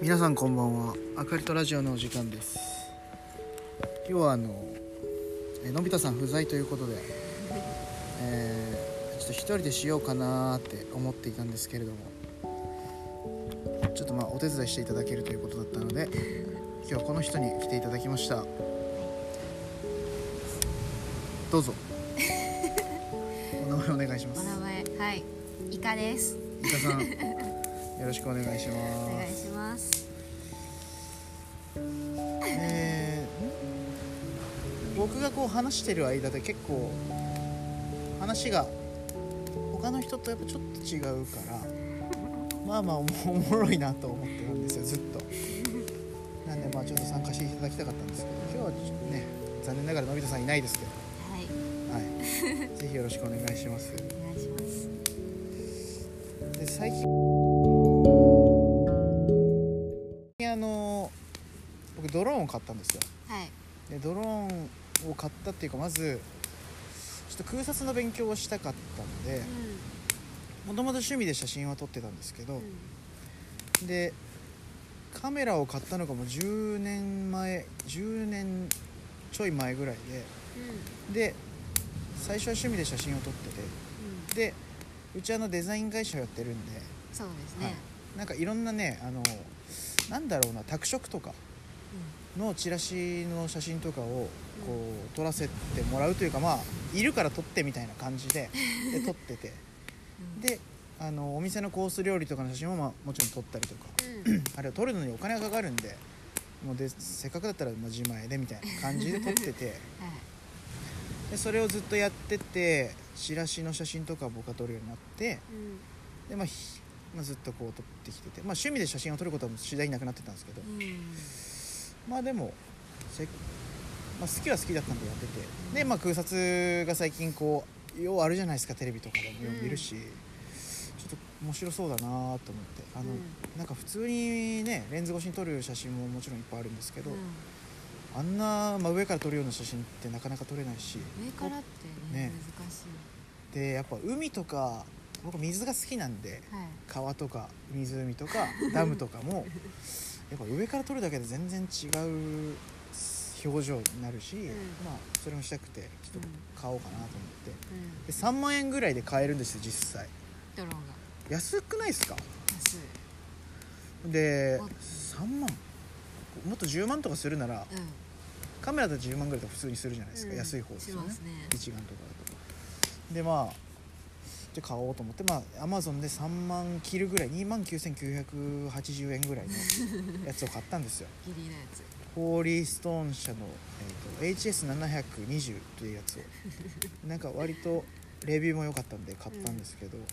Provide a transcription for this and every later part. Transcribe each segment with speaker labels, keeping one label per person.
Speaker 1: 皆さんこんばんはあかりとラジオのお時間です今日はあのえのび太さん不在ということで、えーちょっと一人でしようかなーって思っていたんですけれどもちょっとまあお手伝いしていただけるということだったので今日はこの人に来ていただきましたどう ぞお名前お願いしま
Speaker 2: お
Speaker 1: す
Speaker 2: 名前はいイカです
Speaker 1: 伊田さんよろしくお願いし
Speaker 2: お
Speaker 1: ま
Speaker 2: 願い
Speaker 1: す
Speaker 2: します
Speaker 1: えー僕がこう話してる間で結構話が他の人とやっぱちょっと違うからまあまあおもおもろいなと思ってるんですよずっとなんでまあちょっと参加していただきたかったんですけど今日はちょっとね残念ながらのび太さんいないですけどは
Speaker 2: はい
Speaker 1: いぜひよろしくお願いします
Speaker 2: お願いします
Speaker 1: で最近あの僕ドローンを買ったんですよ
Speaker 2: はい
Speaker 1: でドローンを買ったっていうかまずちょっと空撮の勉強をしたかったので
Speaker 2: う
Speaker 1: もともと趣味で写真は撮ってたんですけど
Speaker 2: ん、
Speaker 1: でカメラを買ったのがもう10年前10年ちょい前ぐらいでで最初は趣味で写真を撮って
Speaker 2: う
Speaker 1: て
Speaker 2: ん
Speaker 1: でうちあのデザイン会社をやってるんで
Speaker 2: そうですね、
Speaker 1: はいなんかいろんなねあのなんだろうな拓殖とかのチラシの写真とかをこう撮らせてもらうというかまあいるから撮ってみたいな感じでで撮ってて
Speaker 2: うん、
Speaker 1: であのお店のコース料理とかの写真も、まあ、もちろん撮ったりとか
Speaker 2: うん、
Speaker 1: あれは撮るのにお金がかかるんでもうでせっかくだったらまあ自前でみたいな感じで撮ってて
Speaker 2: はい
Speaker 1: でそれをずっとやっててチラシの写真とか僕は撮るようになって
Speaker 2: うん
Speaker 1: で、まあひまあ、ずっとこう撮ってきてて、まあ、趣味で写真を撮ることはもう次第になくなってたんですけど
Speaker 2: うん
Speaker 1: まあでもせ、まあ、好きは好きだったんでやっててで、まあ、空撮が最近こうようあるじゃないですかテレビとかでもよ
Speaker 2: うん
Speaker 1: く見るし、ちょっと面白そうだなと思ってあの、
Speaker 2: うん
Speaker 1: なんか普通にねレンズ越しに撮る写真ももちろんいっぱいあるんですけど、
Speaker 2: うん
Speaker 1: あんな、まあ、上から撮るような写真ってなかなか撮れないし
Speaker 2: 上からってね
Speaker 1: ね
Speaker 2: 難しい
Speaker 1: でやっぱ海とか僕水が好きなんで
Speaker 2: はい
Speaker 1: 川とか湖と かダムとかもやっぱ上から撮るだけで全然違う表情になるし、
Speaker 2: ん
Speaker 1: まあそれもしたくてちょっと買おうかなと思って
Speaker 2: うん
Speaker 1: で3万円ぐらいで買えるんですよ実際
Speaker 2: ドローンが
Speaker 1: 安くないですか
Speaker 2: 安い
Speaker 1: で
Speaker 2: お
Speaker 1: 3万もっと10万とかするなら
Speaker 2: うん
Speaker 1: カメラだと10万ぐらいとか普通にするじゃないですか、
Speaker 2: うん
Speaker 1: 安い方ですよ
Speaker 2: しま
Speaker 1: ね
Speaker 2: すね
Speaker 1: 一眼とかだとでまあじゃあ買おうと思ってまあアマゾンで3万切るぐらい2万9980円ぐらいのやつを買ったんですよ
Speaker 2: ギリのやつ
Speaker 1: ホーリーストーン社の、えー、と HS720 というやつをなんか割とレビューも良かったんで買ったんですけど、
Speaker 2: うん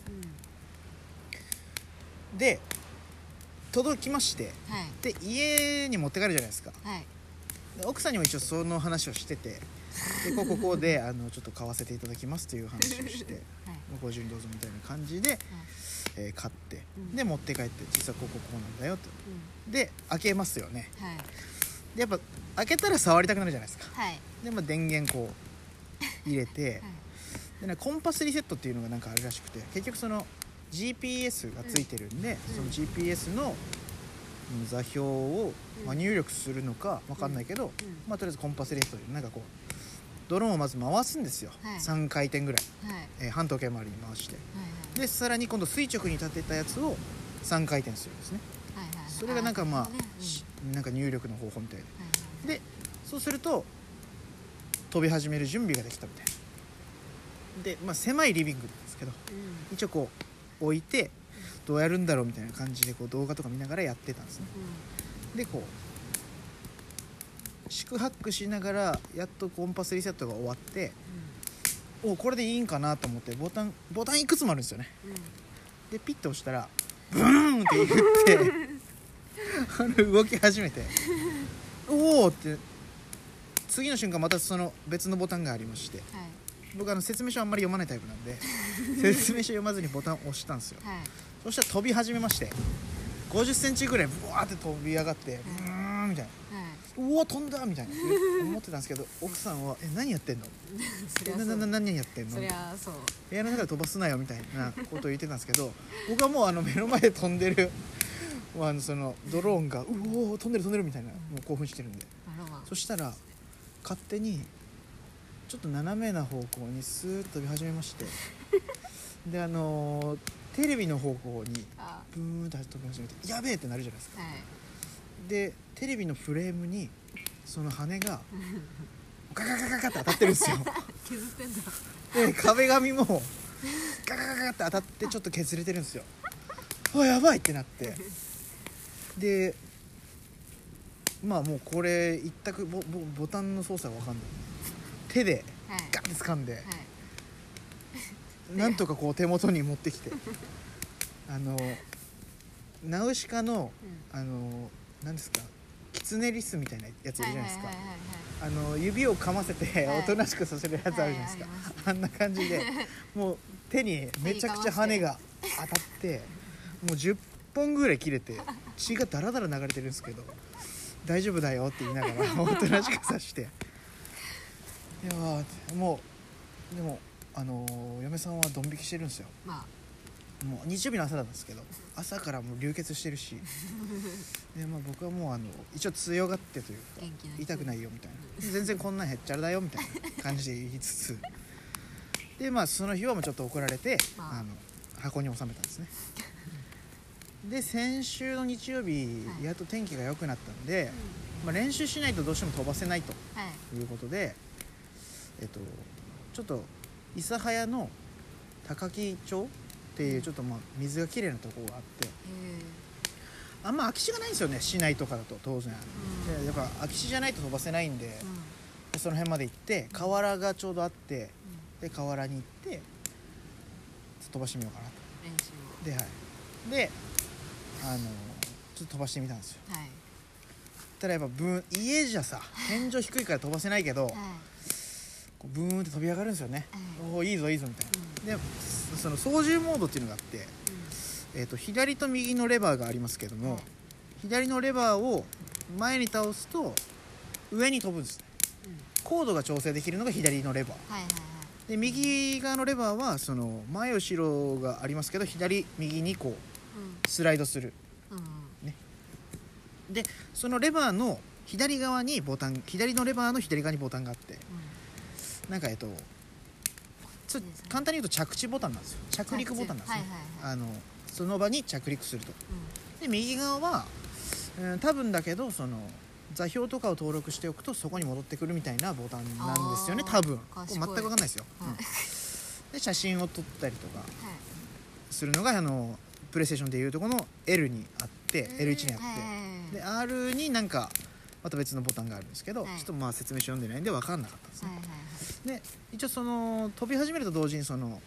Speaker 1: で届きまして
Speaker 2: はい
Speaker 1: で家に持って帰るじゃないですか
Speaker 2: はい
Speaker 1: で奥さんにも一応その話をしててでこうこうこうであのちょっと買わせていただきますという話をして
Speaker 2: はい
Speaker 1: まあご自由にどうぞみたいな感じで、えー買って
Speaker 2: うん
Speaker 1: で持って帰って実はこうこうこうなんだよと
Speaker 2: う
Speaker 1: で開けますよね
Speaker 2: んはい
Speaker 1: でやっぱ開けたら触りたくなるじゃないですか
Speaker 2: はい
Speaker 1: で、まあ、電源こう入れて
Speaker 2: は
Speaker 1: でなんかコンパスリセットっていうのがなんかあるらしくて結局その GPS がついてるんで、
Speaker 2: うん
Speaker 1: その GPS のうん座標を、まあ、
Speaker 2: うん
Speaker 1: 入力するのかわかんないけど、
Speaker 2: いうん
Speaker 1: まあ、とりあえずコンパスリセットでなんかこうドローンをまず回すんですよ、
Speaker 2: はい
Speaker 1: 3回転ぐらい、
Speaker 2: はいはい
Speaker 1: えー半時計回りに回して
Speaker 2: はい
Speaker 1: でさらに今度垂直に立てたやつを3回転するんですね
Speaker 2: はいはいはい
Speaker 1: それがなんかまあ、
Speaker 2: ねうん
Speaker 1: しなんか入力の方法みたい
Speaker 2: はいはい
Speaker 1: ででそうすると飛び始める準備ができたみたいなで、まあ、狭いリビングなんですけど
Speaker 2: うん
Speaker 1: 一応こう置いてどうやるんだろうみたいな感じでこう動画とか見ながらやってたんですね
Speaker 2: う
Speaker 1: でこう四苦八苦しながらやっとコンパスリセットが終わっておこれでいいんかなと思ってボタンボタンいくつもあるんですよね
Speaker 2: んうん
Speaker 1: でピッと押したらブーンって言ってあの動き始めておおって次の瞬間またその別のボタンがありまして
Speaker 2: はい
Speaker 1: 僕あの説明書あんまり読まないタイプなんで説明書読まずにボタンを押したんですよ
Speaker 2: はい
Speaker 1: そしたら飛び始めまして5 0センチぐらいブワーって飛び上がってブーンみたいな
Speaker 2: はいう
Speaker 1: わ飛んだみたいな思ってたんですけど奥さんは「え何やってんの
Speaker 2: そり
Speaker 1: え
Speaker 2: ゃ
Speaker 1: な
Speaker 2: そ
Speaker 1: な
Speaker 2: う
Speaker 1: な何やってんの?」
Speaker 2: そりゃそう
Speaker 1: 部 屋の中で飛ばすなよみたいなことを言ってたんですけど僕はもうあの目の前で飛んでる もうあのそのドローンが「うおー飛んでる飛んでる」みたいなもう興奮してるんで
Speaker 2: あロマン
Speaker 1: そしたら勝手にちょっと斜めな方向にスーッと飛び始めまして であのーテレビの方向に
Speaker 2: あ
Speaker 1: ブーンって飛び始めて「やべえ!」ってなるじゃないですか
Speaker 2: はい
Speaker 1: でテレビのフレームにその羽がガガガガガって当たってるんですよ
Speaker 2: 削ってんだ
Speaker 1: で壁紙もガガガガって当たってちょっと削れてるんですよあやばいってなってでまあもうこれ一択ボボボタンの操作が分かんない手で
Speaker 2: はい
Speaker 1: ガッて掴んで、
Speaker 2: はい
Speaker 1: なんとかこう手元に持ってきてあのナウシカの
Speaker 2: うん
Speaker 1: あの何ですかキツネリスみたいなやついるじゃないですか、
Speaker 2: はいはいはいはい
Speaker 1: あの指を噛ませて
Speaker 2: はい
Speaker 1: おとなしくさせるやつあるじゃないですか、
Speaker 2: はいありま
Speaker 1: あんな感じでもう手にめちゃくちゃ羽が当たってもう10本ぐらい切れて血がダラダラ流れてるんですけど「大丈夫だよ」って言いながらおとなしくさしていやーもうでもあのー嫁さんはドン引きしてるんですよ
Speaker 2: まあ
Speaker 1: もう日曜日の朝なんですけど朝からもう流血してるしで、まあ、僕はもうあの一応強がってというか
Speaker 2: 元気な人
Speaker 1: 痛くないよみたいな全然こんなんへっちゃらだよみたいな感じで言いつつでまあその日はもうちょっと怒られて
Speaker 2: まあ
Speaker 1: あの箱に収めたんですねで先週の日曜日
Speaker 2: はい
Speaker 1: やっと天気が良くなったんで、まあ、練習しないとどうしても飛ばせないと
Speaker 2: はい
Speaker 1: いうことでえっとちょっと諫早の高木町っていうちょっとまあ水がきれいなところがあって
Speaker 2: え
Speaker 1: あんま空き地がないんですよね市内とかだと当然
Speaker 2: ーうん
Speaker 1: でやっぱ空き地じゃないと飛ばせないんで、
Speaker 2: うんうん
Speaker 1: でその辺まで行って河原がちょうどあってで河原に行って飛ばしてみようかなと
Speaker 2: 練習
Speaker 1: で
Speaker 2: を
Speaker 1: はいであのちょっと飛ばしてみたんですよ
Speaker 2: はい
Speaker 1: ただやっぱブーン家じゃさ天井低いから飛ばせないけど、
Speaker 2: はい
Speaker 1: こうブーンって飛び上がるんですよね、
Speaker 2: はい
Speaker 1: おおいいぞいいぞみたいな、でそその操縦モードっていうのがあって、えー、と左と右のレバーがありますけども、
Speaker 2: はい
Speaker 1: 左のレバーを前に倒すと上に飛ぶんですね
Speaker 2: うんうん
Speaker 1: 高度が調整できるのが左のレバー
Speaker 2: はいはいはい
Speaker 1: で右側のレバーはその前後ろがありますけど左右にこうスライドする
Speaker 2: うんうん
Speaker 1: でそのレバーの左側にボタン左のレバーの左側にボタンがあって
Speaker 2: う
Speaker 1: なんかえっとちょ
Speaker 2: いいですね
Speaker 1: 簡単に言うと着地ボタンなんですよ着陸ボタンなんですね
Speaker 2: 着地はいはいは
Speaker 1: あのその場に着陸すると
Speaker 2: ん
Speaker 1: で右側は、うん、多分だけどその座標とかを登録しておくとそこに戻ってくるみたいなボタンなんですよね
Speaker 2: あー
Speaker 1: 多分これ
Speaker 2: 賢い
Speaker 1: 全く分かんないですよ、
Speaker 2: はい
Speaker 1: うんで写真を撮ったりとか
Speaker 2: うんはい
Speaker 1: するのがあのプレイステーションでいうとこの L にあって
Speaker 2: うん
Speaker 1: L1 にあっ
Speaker 2: はい
Speaker 1: て、
Speaker 2: はい
Speaker 1: で R になんかまた別のボタンがあるんですけど、
Speaker 2: はい
Speaker 1: ちょっとまあ説明書読んでないんで分かんなかったですね、
Speaker 2: はいはいはい
Speaker 1: で一応その飛び始めると同時にその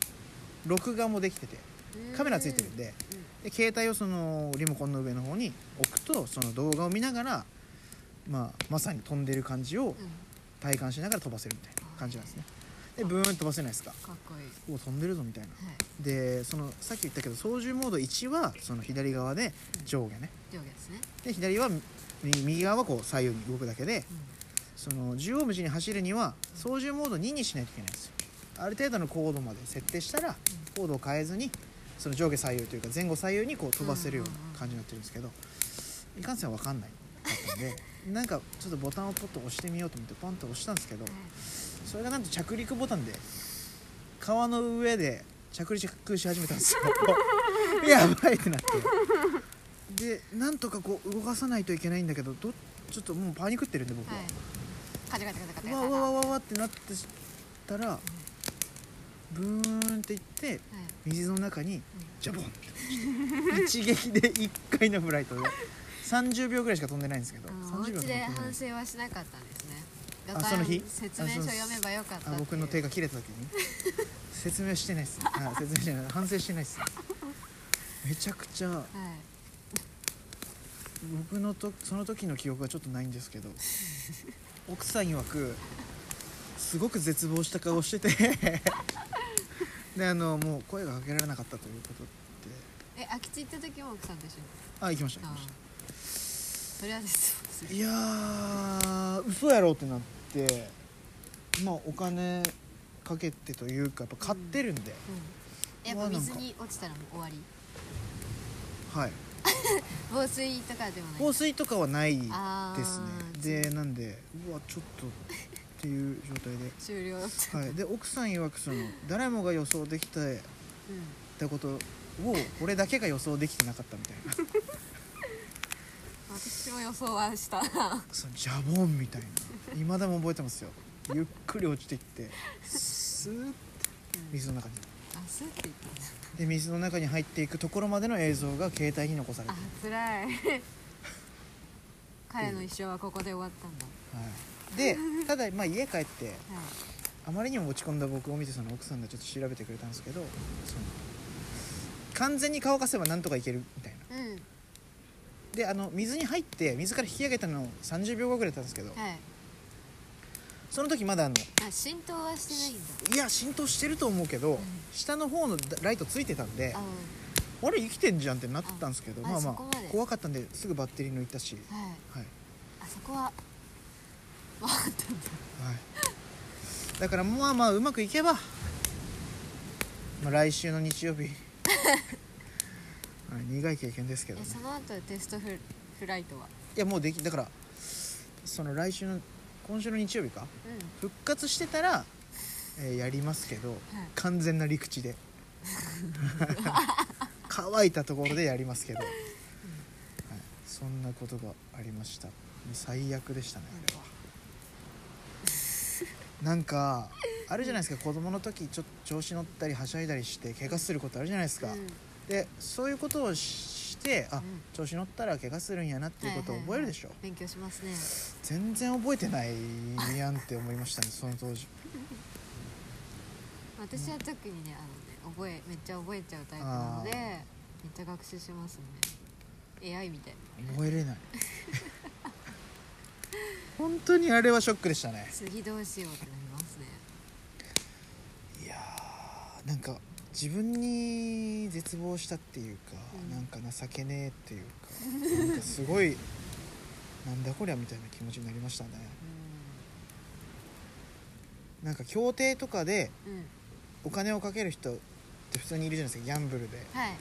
Speaker 1: 録画もできてて
Speaker 2: うん
Speaker 1: カメラついてるんで
Speaker 2: う
Speaker 1: で
Speaker 2: ん
Speaker 1: 携帯をそのリモコンの上の方に置くとその動画を見ながら、まあ、まさに飛んでる感じを
Speaker 2: うん
Speaker 1: 体感しながら飛ばせるみたいな感じなんですねでブーン飛ばせないですか
Speaker 2: かっこいいは
Speaker 1: お飛んでるぞみたいないでそのさっき言ったけど操縦モード1はその左側で上下ね
Speaker 2: 上下ですね
Speaker 1: で左は右右側はこう左右に動くだけで
Speaker 2: うん
Speaker 1: その縦横無尽に走るには操縦モード2にしないといけないんですよある程度の高度まで設定したら高度を変えずにその上下左右というか前後左右にこう飛ばせるよう
Speaker 2: うんうんうん
Speaker 1: な感じになってるんですけどいかんせん分かんないかったんでなんかちょっとボタンをポッと押してみようと思ってポンと押したんですけど
Speaker 2: はい
Speaker 1: それがなんと着陸ボタンで川の上で着陸し始めたんですよ やばいってなってでなんとかこう動かさないといけないんだけどどちょっともうパニクってるんで僕は。
Speaker 2: はいカチャカチャカチャカチャ
Speaker 1: わわわわわってなってたらブーンっていって
Speaker 2: はい
Speaker 1: 水の中にジャボンって落ちて一撃で1回のフライトで30秒ぐらいしか飛んでないんですけど
Speaker 2: うんお
Speaker 1: 30秒し
Speaker 2: 家で
Speaker 1: か飛んでない
Speaker 2: 反省はしなかったんですね
Speaker 1: あその日
Speaker 2: 説明書読めばよかったってい
Speaker 1: あ
Speaker 2: う
Speaker 1: 僕の手が切れた時 に説明してないっすあ説明してない反省してないっすめちゃくちゃ
Speaker 2: はい
Speaker 1: 僕のとその時の記憶がちょっとないんですけど奥さん曰くすごく絶望した顔して てであのもう声がかけられなかったということで
Speaker 2: え空き地行った時も奥さんと一緒に
Speaker 1: あ行きました行き
Speaker 2: あ
Speaker 1: まし
Speaker 2: それはです
Speaker 1: たいやー嘘やろってなってまあお金かけてというかやっぱ買ってるんで、
Speaker 2: うんやっぱ水に落ちたらもう終わり
Speaker 1: はい
Speaker 2: 防水とかでもない
Speaker 1: 香水とかはないで
Speaker 2: あー
Speaker 1: すねでなんでうわちょっとっていう状態で
Speaker 2: 終了だっ た、
Speaker 1: はい、で奥さん曰くその誰もが予想できたっ
Speaker 2: うん
Speaker 1: てことを俺だけが予想できてなかったみたいな
Speaker 2: 私も予想はした
Speaker 1: そのジャボンみたいな今でも覚えてますよゆっくり落ちてきてスーッて水の中に
Speaker 2: あすって言ったんだ
Speaker 1: で水の中に入っていくところまでの映像が携帯に残されて
Speaker 2: あ
Speaker 1: る、
Speaker 2: 辛い彼の一生はここで終わったんだ、
Speaker 1: はい、でただまあ家帰って
Speaker 2: はい、
Speaker 1: あまりにも落ち込んだ僕を見てその奥さんがちょっと調べてくれたんですけどその完全に乾かせばなんとかいけるみたいな
Speaker 2: うん
Speaker 1: であの水に入って水から引き上げたのを30秒後ぐらいだったんですけど、
Speaker 2: はい
Speaker 1: その時まだあの
Speaker 2: あ浸透はしてないん
Speaker 1: いや浸透してると思うけど、
Speaker 2: ん
Speaker 1: 下の方のライトついてたんで
Speaker 2: だあ
Speaker 1: あれ生きてんじゃんってなったんですけど
Speaker 2: あ
Speaker 1: まあま
Speaker 2: そこ
Speaker 1: あ
Speaker 2: まで
Speaker 1: 怖かったんですぐバッテリー抜いたし、
Speaker 2: はい
Speaker 1: はいはい、
Speaker 2: あそこは分かったんだ
Speaker 1: だからまあまあうまくいけば、まあ、来週の日 曜日はい苦い経験ですけど、
Speaker 2: え
Speaker 1: ね、
Speaker 2: その後テストフフライトはい
Speaker 1: やもうできだからその来週の今週の日曜日か
Speaker 2: うん
Speaker 1: 復活してたら、えーやりますけど、
Speaker 2: はい
Speaker 1: 完全な陸地で 乾いたところでやりますけど、はい、そんなことがありましたもう最悪でしたねあれはなんかあるじゃないですか子供の時ちょっと調子乗ったりはしゃいだりして怪我することあるじゃないですか、
Speaker 2: うん
Speaker 1: でそういうことをししてあ、
Speaker 2: うん
Speaker 1: 調子乗ったら怪我するんやなっていうことを覚えるでしょ、
Speaker 2: はいはいはい勉強しますね
Speaker 1: 全然覚えてないやんって思いましたねその当時
Speaker 2: 私は特にねあのね覚えめっちゃ覚えちゃうタイプなので
Speaker 1: あー
Speaker 2: めっちゃ学習しますね AI みたい
Speaker 1: 覚えれない 本当にあれはショックでしたね
Speaker 2: 次どうしようってなりますね
Speaker 1: いやーなんか自分に絶望したっていうか、
Speaker 2: うん
Speaker 1: なんか情けねえっていうかなんかすごいなんだこりゃみたいな気持ちになりましたねなんか協定とかで
Speaker 2: うん、うん、
Speaker 1: お金をかける人って普通にいるじゃないですかギャンブルで
Speaker 2: はい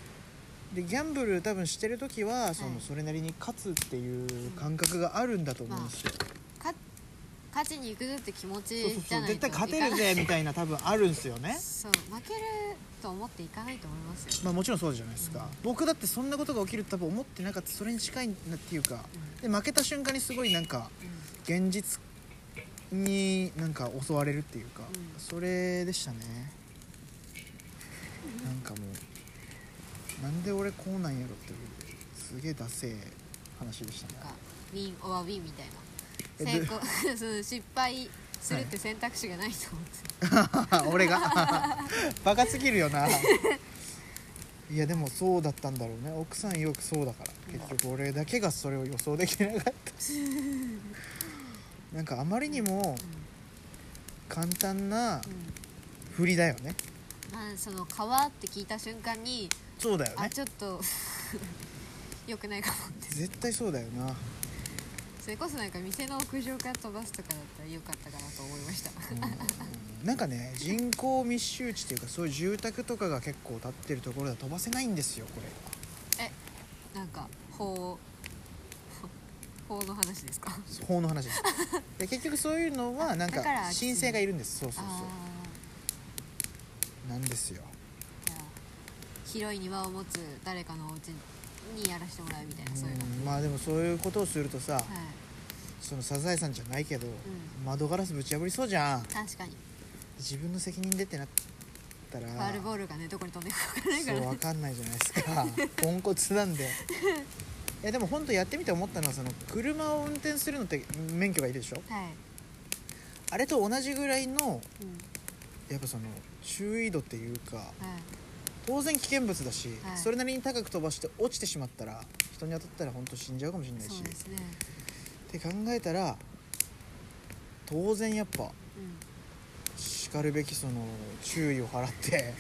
Speaker 1: でギャンブル多分してる時はその、
Speaker 2: はい
Speaker 1: それなりに勝つっていう感覚があるんだと思うんですよ、
Speaker 2: か勝ちに行くぞって気持ち
Speaker 1: そうそう
Speaker 2: じ
Speaker 1: そ
Speaker 2: ゃ
Speaker 1: う
Speaker 2: ない
Speaker 1: 絶
Speaker 2: と
Speaker 1: 対勝て
Speaker 2: い
Speaker 1: る
Speaker 2: か
Speaker 1: ぜみたいな多分あるんですよ ね
Speaker 2: そう負けると思っていかないと思いますよ、
Speaker 1: まあもちろんそうじゃないですか、
Speaker 2: うん
Speaker 1: 僕だってそんなことが起きると多分思ってなかったそれに近いなっていうかで負けた瞬間にすごいなんか
Speaker 2: うんうん
Speaker 1: 現実になんか襲われるっていうか、
Speaker 2: うん
Speaker 1: それでしたねなんかもうなんで俺こうなんやろっていうすげえダセえ話でしたね
Speaker 2: なんかウィン・オア・ウィンみたい
Speaker 1: え
Speaker 2: な成功 その失敗するっ
Speaker 1: は
Speaker 2: て選択肢がないと思って、
Speaker 1: 俺がバカすぎるよないやでもそうだったんだろうね奥さんよくそうだから結局俺だけがそれを予想できなかったなんかあまりにも簡単な振りだよね
Speaker 2: うんまあその川って聞いた瞬間に、
Speaker 1: そうだよ
Speaker 2: あちょっと 良くないかもって
Speaker 1: 絶対そうだよな、
Speaker 2: それこそなんか店の屋上から飛ばすとかだったら良かったかなと思いました
Speaker 1: うん、なんかね人口密集地っていうかそういう住宅とかが結構建ってるところでは飛ばせないんですよこれ
Speaker 2: なんか法法の話ですか
Speaker 1: 法の話ですで結局そういうのはなんか
Speaker 2: だから
Speaker 1: 申請がいるんですそうそう
Speaker 2: あ
Speaker 1: そ
Speaker 2: あ
Speaker 1: うなんですよ
Speaker 2: じゃあ広い庭を持つ誰かのお家にやらせてもらうみたいなそういうの、
Speaker 1: うんまあでもそういうことをするとさ、
Speaker 2: はい、
Speaker 1: そのサザエさんじゃないけど、
Speaker 2: ん
Speaker 1: 窓ガラスぶち破りそうじゃん
Speaker 2: 確かに
Speaker 1: 自分の責任でってなったら
Speaker 2: ファールボールがねどこに飛んでいくか
Speaker 1: そう
Speaker 2: 分からないからね
Speaker 1: わかんないじゃないです かポンコツなんでいやでも本当やってみて思ったのはその車を運転するのって免許がいるでしょ
Speaker 2: はい、
Speaker 1: あれと同じぐらいの
Speaker 2: うん
Speaker 1: やっぱその注意度っていうか
Speaker 2: はい、
Speaker 1: 当然危険物だし、
Speaker 2: はい
Speaker 1: それなりに高く飛ばして落ちてしまったら人に当たったら本当死んじゃうかもしれない
Speaker 2: そ
Speaker 1: し
Speaker 2: うですね、
Speaker 1: って考えたら当然やっぱ
Speaker 2: うん、
Speaker 1: しかるべきその注意を払って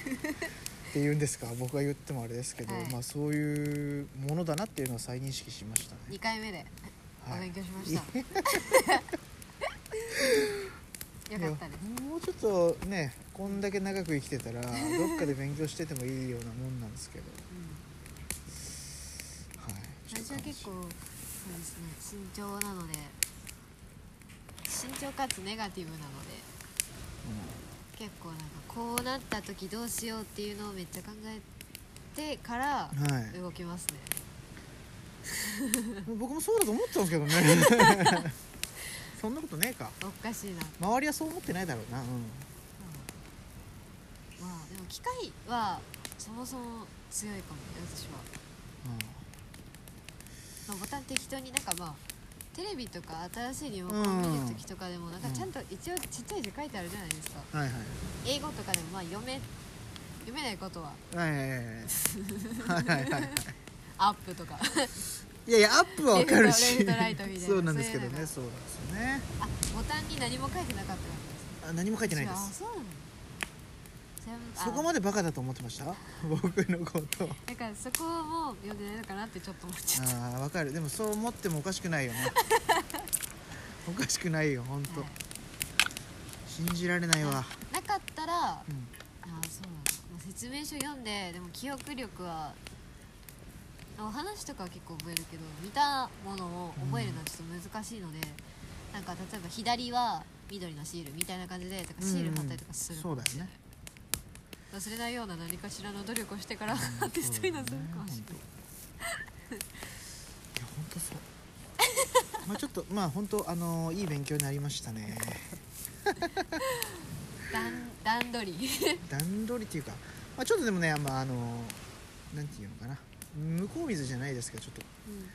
Speaker 1: っていうんですか僕が言ってもあれですけど、
Speaker 2: はい
Speaker 1: まあ、そういうものだなっていうのは再認識しましたね
Speaker 2: 2回目でお
Speaker 1: はい
Speaker 2: 勉強しました、 よかったです
Speaker 1: いやもうちょっとねこんだけ長く生きてたらどっかで勉強しててもいいようなもんなんですけど、
Speaker 2: う
Speaker 1: はい、という
Speaker 2: 私は
Speaker 1: 感じ
Speaker 2: 結構そうですね慎重なので慎重かつネガティブなので結構なんかこうなった時どうしようっていうのをめっちゃ考えてから
Speaker 1: うんはい
Speaker 2: 動きますね、
Speaker 1: 僕もそうだと思ってたんですけどね そんなことねえか
Speaker 2: おかしいな、
Speaker 1: 周りはそう思ってないだろうなう
Speaker 2: まあでも機械はそもそも強いかも私は、
Speaker 1: ん、
Speaker 2: まあ、ボタン適当になんかまあテレビとか新しいリモコンを見る時とかでもなんかちゃんと一応ちっちゃい字書いてあるじゃないですか
Speaker 1: うん、はいはい
Speaker 2: 英語とかでもまあ読め読めないことは
Speaker 1: はいはいはいはいはいはいはい
Speaker 2: アップとか
Speaker 1: いやいやアップはわかる
Speaker 2: レフ
Speaker 1: し
Speaker 2: トライトみたいな
Speaker 1: そうなんですけど
Speaker 2: そういうの
Speaker 1: ね
Speaker 2: が
Speaker 1: そうなんですよね
Speaker 2: あボタンに何も書いてなかったわけ
Speaker 1: あ何も書いて
Speaker 2: です
Speaker 1: ないで
Speaker 2: あ
Speaker 1: す
Speaker 2: そうなのそれもあ
Speaker 1: そこまでバカだと思ってました僕のこと
Speaker 2: だからそこも読んでないのかなってちょっと思っちゃっ
Speaker 1: ああわかるでもそう思ってもおかしくないよねおかしくないよ本
Speaker 2: た、
Speaker 1: 当、
Speaker 2: はい
Speaker 1: 信じられないわ、
Speaker 2: なかったらあ
Speaker 1: うん、
Speaker 2: ーそうなのまあ説明書読んででも記憶力はお話とかは結構覚えるけど見たものを覚えるのはちょっと難しいので、なんか例えば左は緑のシールみたいな感じでとかシール貼ったりとかするかもしれない、忘れないような何かしらの努力をしてからテストに臨むかもしれない
Speaker 1: いや本当そうまあちょっとまあ本当あのーいい勉強になりましたね
Speaker 2: 段段取 り
Speaker 1: 段取りっていうか、まあ、ちょっとでもね、まあ、あのーなんていうのかな向こう水じゃないですけどちょっと
Speaker 2: うん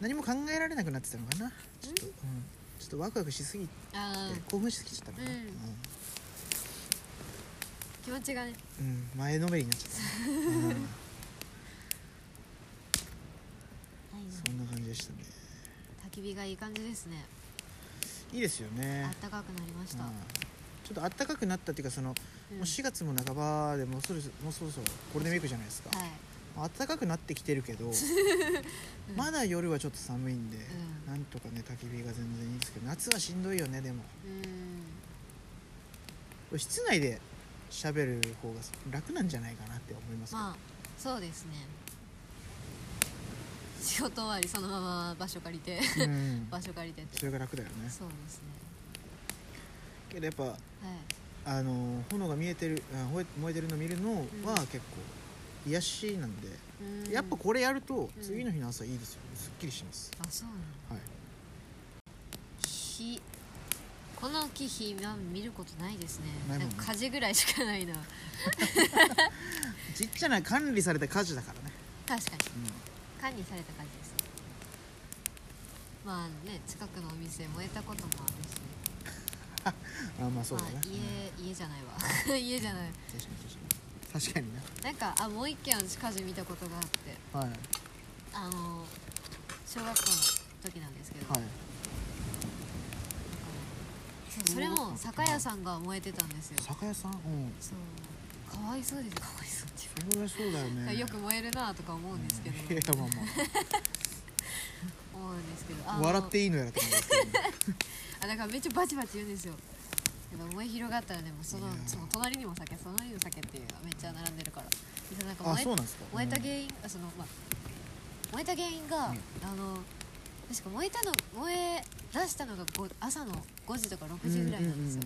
Speaker 1: 何も考えられなくなってたのかなちょっと、うん、ちょっとワクワクしすぎて
Speaker 2: あー
Speaker 1: 興奮しすぎちゃったのかな、
Speaker 2: うん気持ちがね
Speaker 1: うんうん前のめりになっちゃった ね、うんそんな感じでしたね
Speaker 2: 焚き火がいい感じですね
Speaker 1: いいですよ
Speaker 2: あ
Speaker 1: ね
Speaker 2: ったかくなりました、
Speaker 1: うんちょっとあったかくなったっていうかその、
Speaker 2: うん
Speaker 1: もう4月も半ばでもうそろそろもうそろそろゴールデンウィークじゃないですか、
Speaker 2: はい
Speaker 1: 暖かくなってきてる けど、まだ夜はちょっと寒いんで、
Speaker 2: うん
Speaker 1: なんとかね焚き火が全然いいんですけど夏はしんどいよねでも
Speaker 2: うん
Speaker 1: 室内で喋る方が楽なんじゃないかなって思いますけど、
Speaker 2: まあそうですね仕事終わりそのまま場所借りて
Speaker 1: うん
Speaker 2: 場所借りてって
Speaker 1: それが楽だよね
Speaker 2: そうですね
Speaker 1: けどやっぱ
Speaker 2: はい
Speaker 1: あの炎が見えてるあ燃え燃えてるの見るのは結構癒しなんで、
Speaker 2: うん
Speaker 1: やっぱこれやると
Speaker 2: うん
Speaker 1: 次の日の朝いいですよ、すっきりします、
Speaker 2: あそうなの
Speaker 1: はい、
Speaker 2: 火この木火は見ることないですね
Speaker 1: ないもんね
Speaker 2: か火事ぐらいしかないな
Speaker 1: ちっちゃな管理された家事だからね、
Speaker 2: 確かに
Speaker 1: うん
Speaker 2: 管理された感じですねまあね近くのお店燃えたこともあるし、
Speaker 1: あまあそうだね、
Speaker 2: まあ、家家じゃないわ 家じゃない
Speaker 1: 確かに確かに確かにね
Speaker 2: なんかあもう一軒私火事見たことがあって
Speaker 1: はい
Speaker 2: あの小学校の時なんですけど、
Speaker 1: はい
Speaker 2: そうそれも酒屋さんが燃えてたんですよ
Speaker 1: 酒屋さんうん
Speaker 2: そうかわいそうですかわいそうっていう
Speaker 1: それはそうだよ
Speaker 2: か
Speaker 1: ね
Speaker 2: よく燃えるなとか思うん ですけど、
Speaker 1: いやまあ
Speaker 2: 思うんですけど
Speaker 1: ま
Speaker 2: あ
Speaker 1: あ
Speaker 2: の
Speaker 1: 笑っていいのやらと思うんですけどね
Speaker 2: あだからめっちゃバチバチ言うんですよやっぱ燃え広がったらねもうその
Speaker 1: いやー
Speaker 2: その隣にも酒その隣にも酒っていうのがめっちゃ並んでるからでなんか
Speaker 1: あ
Speaker 2: 燃え
Speaker 1: そうなんですか
Speaker 2: 燃えた
Speaker 1: うん
Speaker 2: 原因、あそのまあ燃えた原因が、
Speaker 1: うん
Speaker 2: あの確か燃えたの燃え出したのがご朝の5時とか6時ぐらいなんですよ、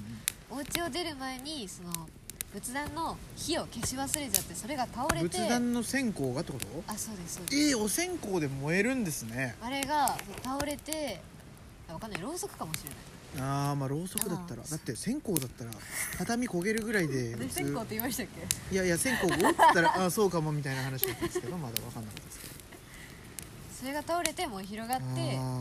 Speaker 2: お家を出る前にその仏壇の火を消し忘れちゃってそれが倒れて
Speaker 1: 仏壇の線香がってこと
Speaker 2: あそうですそうです
Speaker 1: えー、お線香で燃えるんですね
Speaker 2: あれが倒れてあわかんないろうそくかもしれない
Speaker 1: ああまあろうそくだったら
Speaker 2: あー
Speaker 1: だって線香だったら畳焦げるぐらいで
Speaker 2: で
Speaker 1: 普
Speaker 2: 線
Speaker 1: 通
Speaker 2: 香って言いましたっけ
Speaker 1: いやいや線香を打ったらあーそうかもみたいな話だったんですけどまだ分かんなかったですけど
Speaker 2: それが倒れてもう広がって
Speaker 1: あ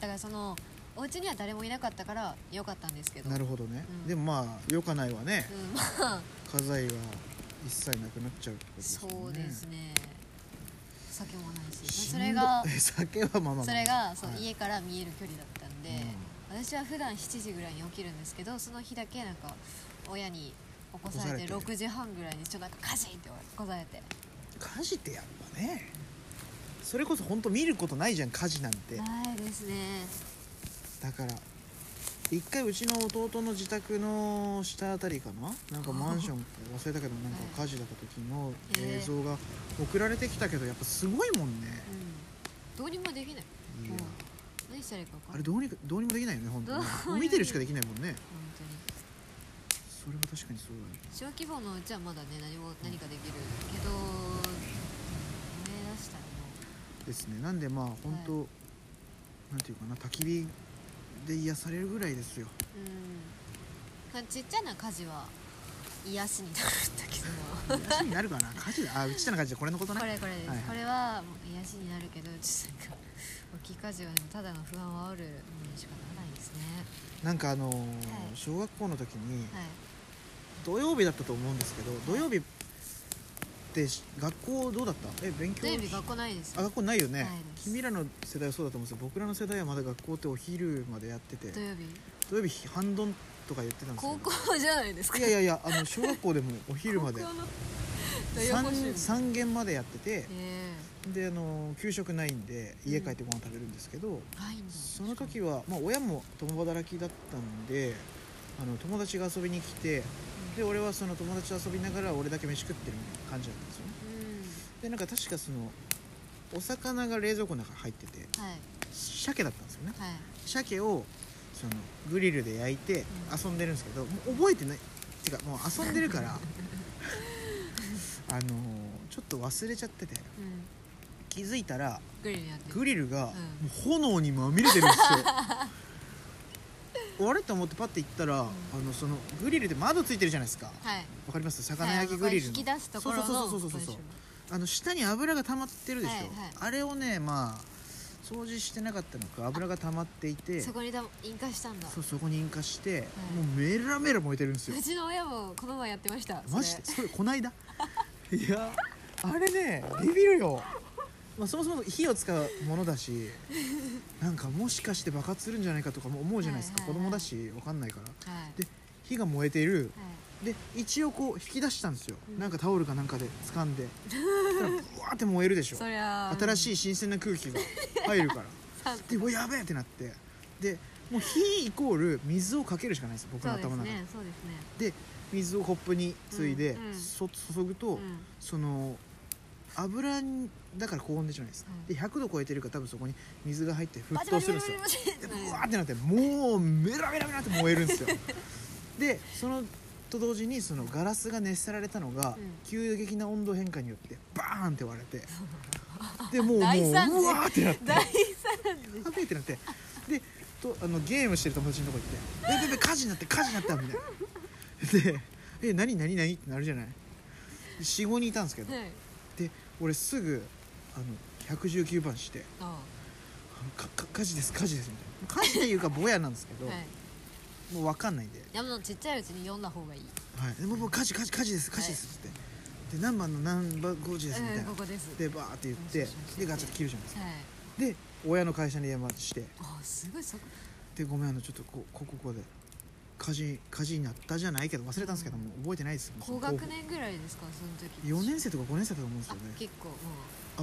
Speaker 2: だからそのお家には誰もいなかったから良かったんですけ
Speaker 1: あ
Speaker 2: ど
Speaker 1: なるほどね、
Speaker 2: うん
Speaker 1: でもまあよかないわね、
Speaker 2: うんまあ
Speaker 1: 家財は一切なくなっちゃうってことですよね
Speaker 2: そうですねお酒もないし
Speaker 1: しん
Speaker 2: そ
Speaker 1: ど
Speaker 2: れが
Speaker 1: 酒はまあまあまあ
Speaker 2: それがそう、
Speaker 1: はい
Speaker 2: 家から見える距離だったんで、私は普段7時ぐらいに起きるんですけどその日だけなんか親に起こされ
Speaker 1: 起
Speaker 2: て
Speaker 1: こされて
Speaker 2: 6時半ぐらいにちょっとなんかカチンって起こされて
Speaker 1: 家事ってやっぱねそれこそ本当見ることないじゃん家事なんて
Speaker 2: ないですね
Speaker 1: だから一回うちの弟の自宅の下あたりかななんかマンション忘れたけどなんか火事だった時の
Speaker 2: えー
Speaker 1: 映像が送られてきたけどやっぱすごいもんね
Speaker 2: うどうにもできな
Speaker 1: いや
Speaker 2: い何したらいいか分か
Speaker 1: あ
Speaker 2: んな
Speaker 1: れ
Speaker 2: い
Speaker 1: どうにかどうにもできないよね本当
Speaker 2: どうにも
Speaker 1: に見てるしかできないもんね
Speaker 2: 本当に
Speaker 1: それは確かにそうだね
Speaker 2: 小規模のうちはまだね何も何かできるけど目出したらもう
Speaker 1: ですねなんでまあ本当、なんていうかな焚き火で癒されるぐらいですよ
Speaker 2: うんまあちっちゃな家事は癒しになるんだけど
Speaker 1: 癒しになるかな火事だあうちでの火事でこれのことね
Speaker 2: これこれです、
Speaker 1: はいはい
Speaker 2: これはもう癒しになるけどちょっとなんか大きい家事はでもただの不安を煽るものにしかならないですね
Speaker 1: なんかあのー
Speaker 2: い
Speaker 1: 小学校の時に
Speaker 2: はい
Speaker 1: 土曜日だったと思うんですけど土曜日ってし学校どうだったえ勉強
Speaker 2: 土曜日学校ないです
Speaker 1: あ学校ないよね
Speaker 2: ないです
Speaker 1: 君らの世代はそうだと思うんですけど僕らの世代はまだ学校ってお昼までやってて
Speaker 2: 土曜日
Speaker 1: 土曜日半ドンとか言ってたんですけ
Speaker 2: 高
Speaker 1: ど
Speaker 2: 校じゃないですか
Speaker 1: いやいやいやあの小学校 でもお昼まで
Speaker 2: 高校の土曜補習
Speaker 1: 3三限までやってて
Speaker 2: え
Speaker 1: であの給食ないんで家帰ってご飯食べるんですけど、
Speaker 2: えないんだ
Speaker 1: その時は、まあ、親も共働きだったんであの友達が遊びに来てで俺はその友達と遊びながら俺だけ飯食ってるみたいな感じだったんですよね
Speaker 2: う
Speaker 1: でなんか確かそのお魚が冷蔵庫の中に入ってて
Speaker 2: んはい
Speaker 1: 鮭だったんですよね
Speaker 2: はい
Speaker 1: 鮭をそのグリルで焼いて遊んでるんですけど、もう覚えてないっていうかもう遊んでるから あのーちょっと忘れちゃってて
Speaker 2: うん
Speaker 1: 気づいたら
Speaker 2: グリルやってる
Speaker 1: グリルがも
Speaker 2: うん
Speaker 1: う炎にまみれて るんですよあれと思ってパッて行ったら、あのそのグリルで窓ついてるじゃないですか
Speaker 2: はい
Speaker 1: わかります魚焼きグリルの、
Speaker 2: はいあの引き出すところの
Speaker 1: そうそうそうそうそうそうあの下に油が溜まってるでしょ、
Speaker 2: はいはい
Speaker 1: あれをねまあ掃除してなかったのか油が溜まっていて
Speaker 2: そこにだ引火したんだ
Speaker 1: そうそこに引火して、もうメラメラ燃えてるんですよ
Speaker 2: うちの親もこの前やってました
Speaker 1: マジで
Speaker 2: そ
Speaker 1: それこ ないだいやあれねビビるよ、まあ、そもそも火を使うものだしなんかもしかして爆発するんじゃないかとかも思うじゃないですか、
Speaker 2: はいはいはい
Speaker 1: 子供だしわかんないから
Speaker 2: れはい
Speaker 1: で火が燃えている
Speaker 2: はい
Speaker 1: で一応こう引き出したんですよ、
Speaker 2: うん
Speaker 1: なんかタオルかなんかで掴ん でそしたらブワーって燃えるでしょ
Speaker 2: そりゃあ
Speaker 1: 新
Speaker 2: い
Speaker 1: しい新鮮な空気が入 るから
Speaker 2: そう
Speaker 1: でうわやべえってなってでもう火イコール水をかけるしかないんですよ僕の
Speaker 2: そうです
Speaker 1: 頭の中で
Speaker 2: ねそうですね
Speaker 1: 水をコップについで、
Speaker 2: うんうん
Speaker 1: そ注ぐと、
Speaker 2: うん
Speaker 1: その油にだから高温でじゃないですか、
Speaker 2: うん
Speaker 1: で100度超えてるから多分そこに水が入って
Speaker 2: バ
Speaker 1: 沸
Speaker 2: チ
Speaker 1: 騰
Speaker 2: バチ
Speaker 1: するん
Speaker 2: バ
Speaker 1: です
Speaker 2: チ
Speaker 1: よ
Speaker 2: バチ
Speaker 1: で
Speaker 2: バ
Speaker 1: ブ
Speaker 2: チ
Speaker 1: ワーってなってもうメラメラメラって燃えるんです よでそのと同時にそのガラスが熱せられたのが、
Speaker 2: うん
Speaker 1: 急激な温度変化によってバーンって割れて でもうもううわ
Speaker 2: 大惨事
Speaker 1: ーってなって
Speaker 2: 大惨事
Speaker 1: やべえってなってでとあのゲームしてる友達のとこ行って「えべべ火事になって火事になった」みたいなで「え何何何?」ってなるじゃない45人いたんですけど
Speaker 2: はい
Speaker 1: で俺すぐあの119番して
Speaker 2: あ
Speaker 1: 「かか火事です火事です」みたいな火事っていうかぼやなんですけど、
Speaker 2: あはい
Speaker 1: もう分かんないんで
Speaker 2: でもちっちゃいうちに読んだ方がいい
Speaker 1: 「はい、でもうもう火事火事火事です火事です」ってで何番の何番5時です」みた
Speaker 2: う
Speaker 1: い
Speaker 2: んこ
Speaker 1: な
Speaker 2: こです
Speaker 1: でバーって言ってでガチャって切るじゃないですか
Speaker 2: はい
Speaker 1: で親の会社に電話して
Speaker 2: あすごいそこ
Speaker 1: でごめんあのちょっとここここで火事火事になったじゃないけど忘れたんですけどもう覚えてないですよ
Speaker 2: 高学年ぐらいですかその時
Speaker 1: 4年生とか5年生だと思うんです
Speaker 2: あ
Speaker 1: よね
Speaker 2: 結構もう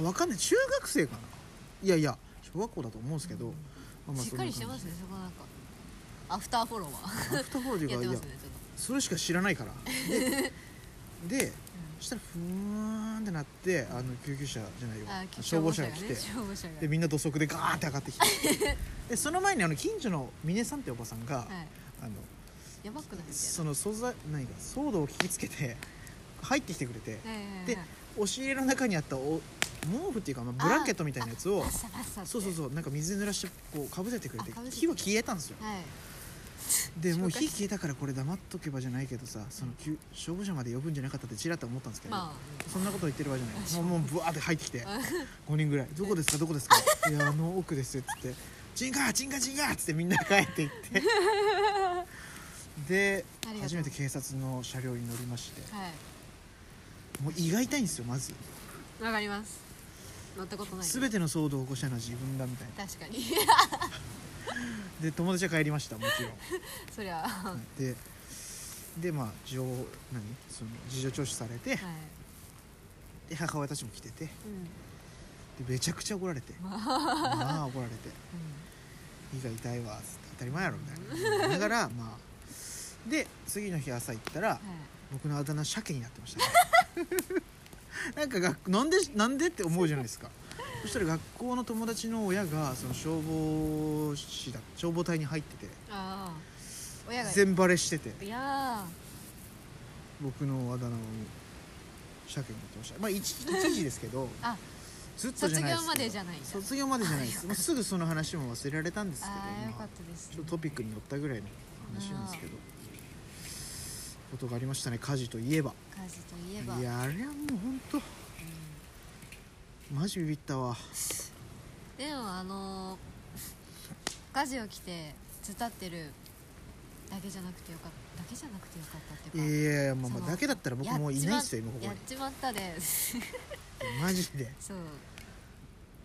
Speaker 1: あわかんない中学生かないやいや小学校だと思うんですけど、
Speaker 2: うん
Speaker 1: まあまあ
Speaker 2: しっかりしてますねそこなんかアフターフォローは
Speaker 1: そんな感じアフターフォローとい
Speaker 2: や
Speaker 1: うか
Speaker 2: って
Speaker 1: い
Speaker 2: ま
Speaker 1: や
Speaker 2: すねちょっ
Speaker 1: それしか知らないからででそしたらふーんってなってあの救急車じゃないよ
Speaker 2: とあ
Speaker 1: 消防車が来て、
Speaker 2: ね消防車が
Speaker 1: でみんな土足でガーって上がってきてでその前にあの近所の峰さんっておばさんが、
Speaker 2: はい
Speaker 1: あの
Speaker 2: やばくないみた
Speaker 1: その素材何か騒動を聞きつけて入ってきてくれて
Speaker 2: いなはいはいはい
Speaker 1: で押し入れの中にあったお毛布っていうか、まあ、ブランケットみたいなやつを
Speaker 2: パサパサって
Speaker 1: そうそうそうなんか水濡らしてこうかぶせてくれて
Speaker 2: あ被せて
Speaker 1: 火は消えたんですよ
Speaker 2: はい
Speaker 1: でもう
Speaker 2: 紹介
Speaker 1: 火消えたからこれ黙っとけばじゃないけどさその救消防車まで呼ぶんじゃなかったってちらっと思ったんですけど、
Speaker 2: ま
Speaker 1: そんなこと言ってる場合じゃない
Speaker 2: そう
Speaker 1: もうもうブワーって入ってきて5人ぐらい「どこですかどこですか?」「いやあの奥です」っつって「チンガーチンガーチンガー」っつってみんな帰っていって
Speaker 2: あり
Speaker 1: で
Speaker 2: がとう
Speaker 1: 初めて警察の車両に乗りまして
Speaker 2: あは
Speaker 1: もう胃が痛いんですよまず
Speaker 2: いわかります乗ったことない
Speaker 1: 全ての騒動を起こしたのは自分だみたいな
Speaker 2: 確かに
Speaker 1: で友達は帰りましたもちろん
Speaker 2: そりゃは
Speaker 1: ででまあ情何その事情聴取されて
Speaker 2: い
Speaker 1: で母親たちも来ててで
Speaker 2: うんうん
Speaker 1: めちゃくちゃ怒られ てまあ怒られて胃が痛いわっつって当たり前やろみたいなだからまあで次の日朝行ったら
Speaker 2: はい
Speaker 1: 僕のあだ名 鮭になってましたねなんかがなんでなんでって思うじゃないですかそしたら学校の友達の親がその消防士だ消防隊に入ってて
Speaker 2: ああ親が
Speaker 1: 全バレしてて
Speaker 2: いや
Speaker 1: 僕のあだ名を鮭になってましたまあ一一時ですけど
Speaker 2: あ
Speaker 1: ずっとじゃないですけど
Speaker 2: 卒業までじゃないんだ
Speaker 1: 卒業までじゃないですもうすぐその話も忘れられたんです
Speaker 2: ー
Speaker 1: けど
Speaker 2: ああよ
Speaker 1: ま
Speaker 2: かっ
Speaker 1: あ
Speaker 2: たです
Speaker 1: ちょっとトピックに乗ったぐらいの話なんですけどことがありましたね火事といえば
Speaker 2: 家事といえば
Speaker 1: いやあれはもう本当マジビビったわ
Speaker 2: でもあのー、火事を着て突っ立ってるだけじゃなくてよかっただけじゃなくてよかったって
Speaker 1: い
Speaker 2: いうか、
Speaker 1: やいやまあ
Speaker 2: そ
Speaker 1: ま
Speaker 2: の
Speaker 1: あだけだったら僕もういないですよ今ここ
Speaker 2: やっ
Speaker 1: に
Speaker 2: ちまったで
Speaker 1: マジで
Speaker 2: そう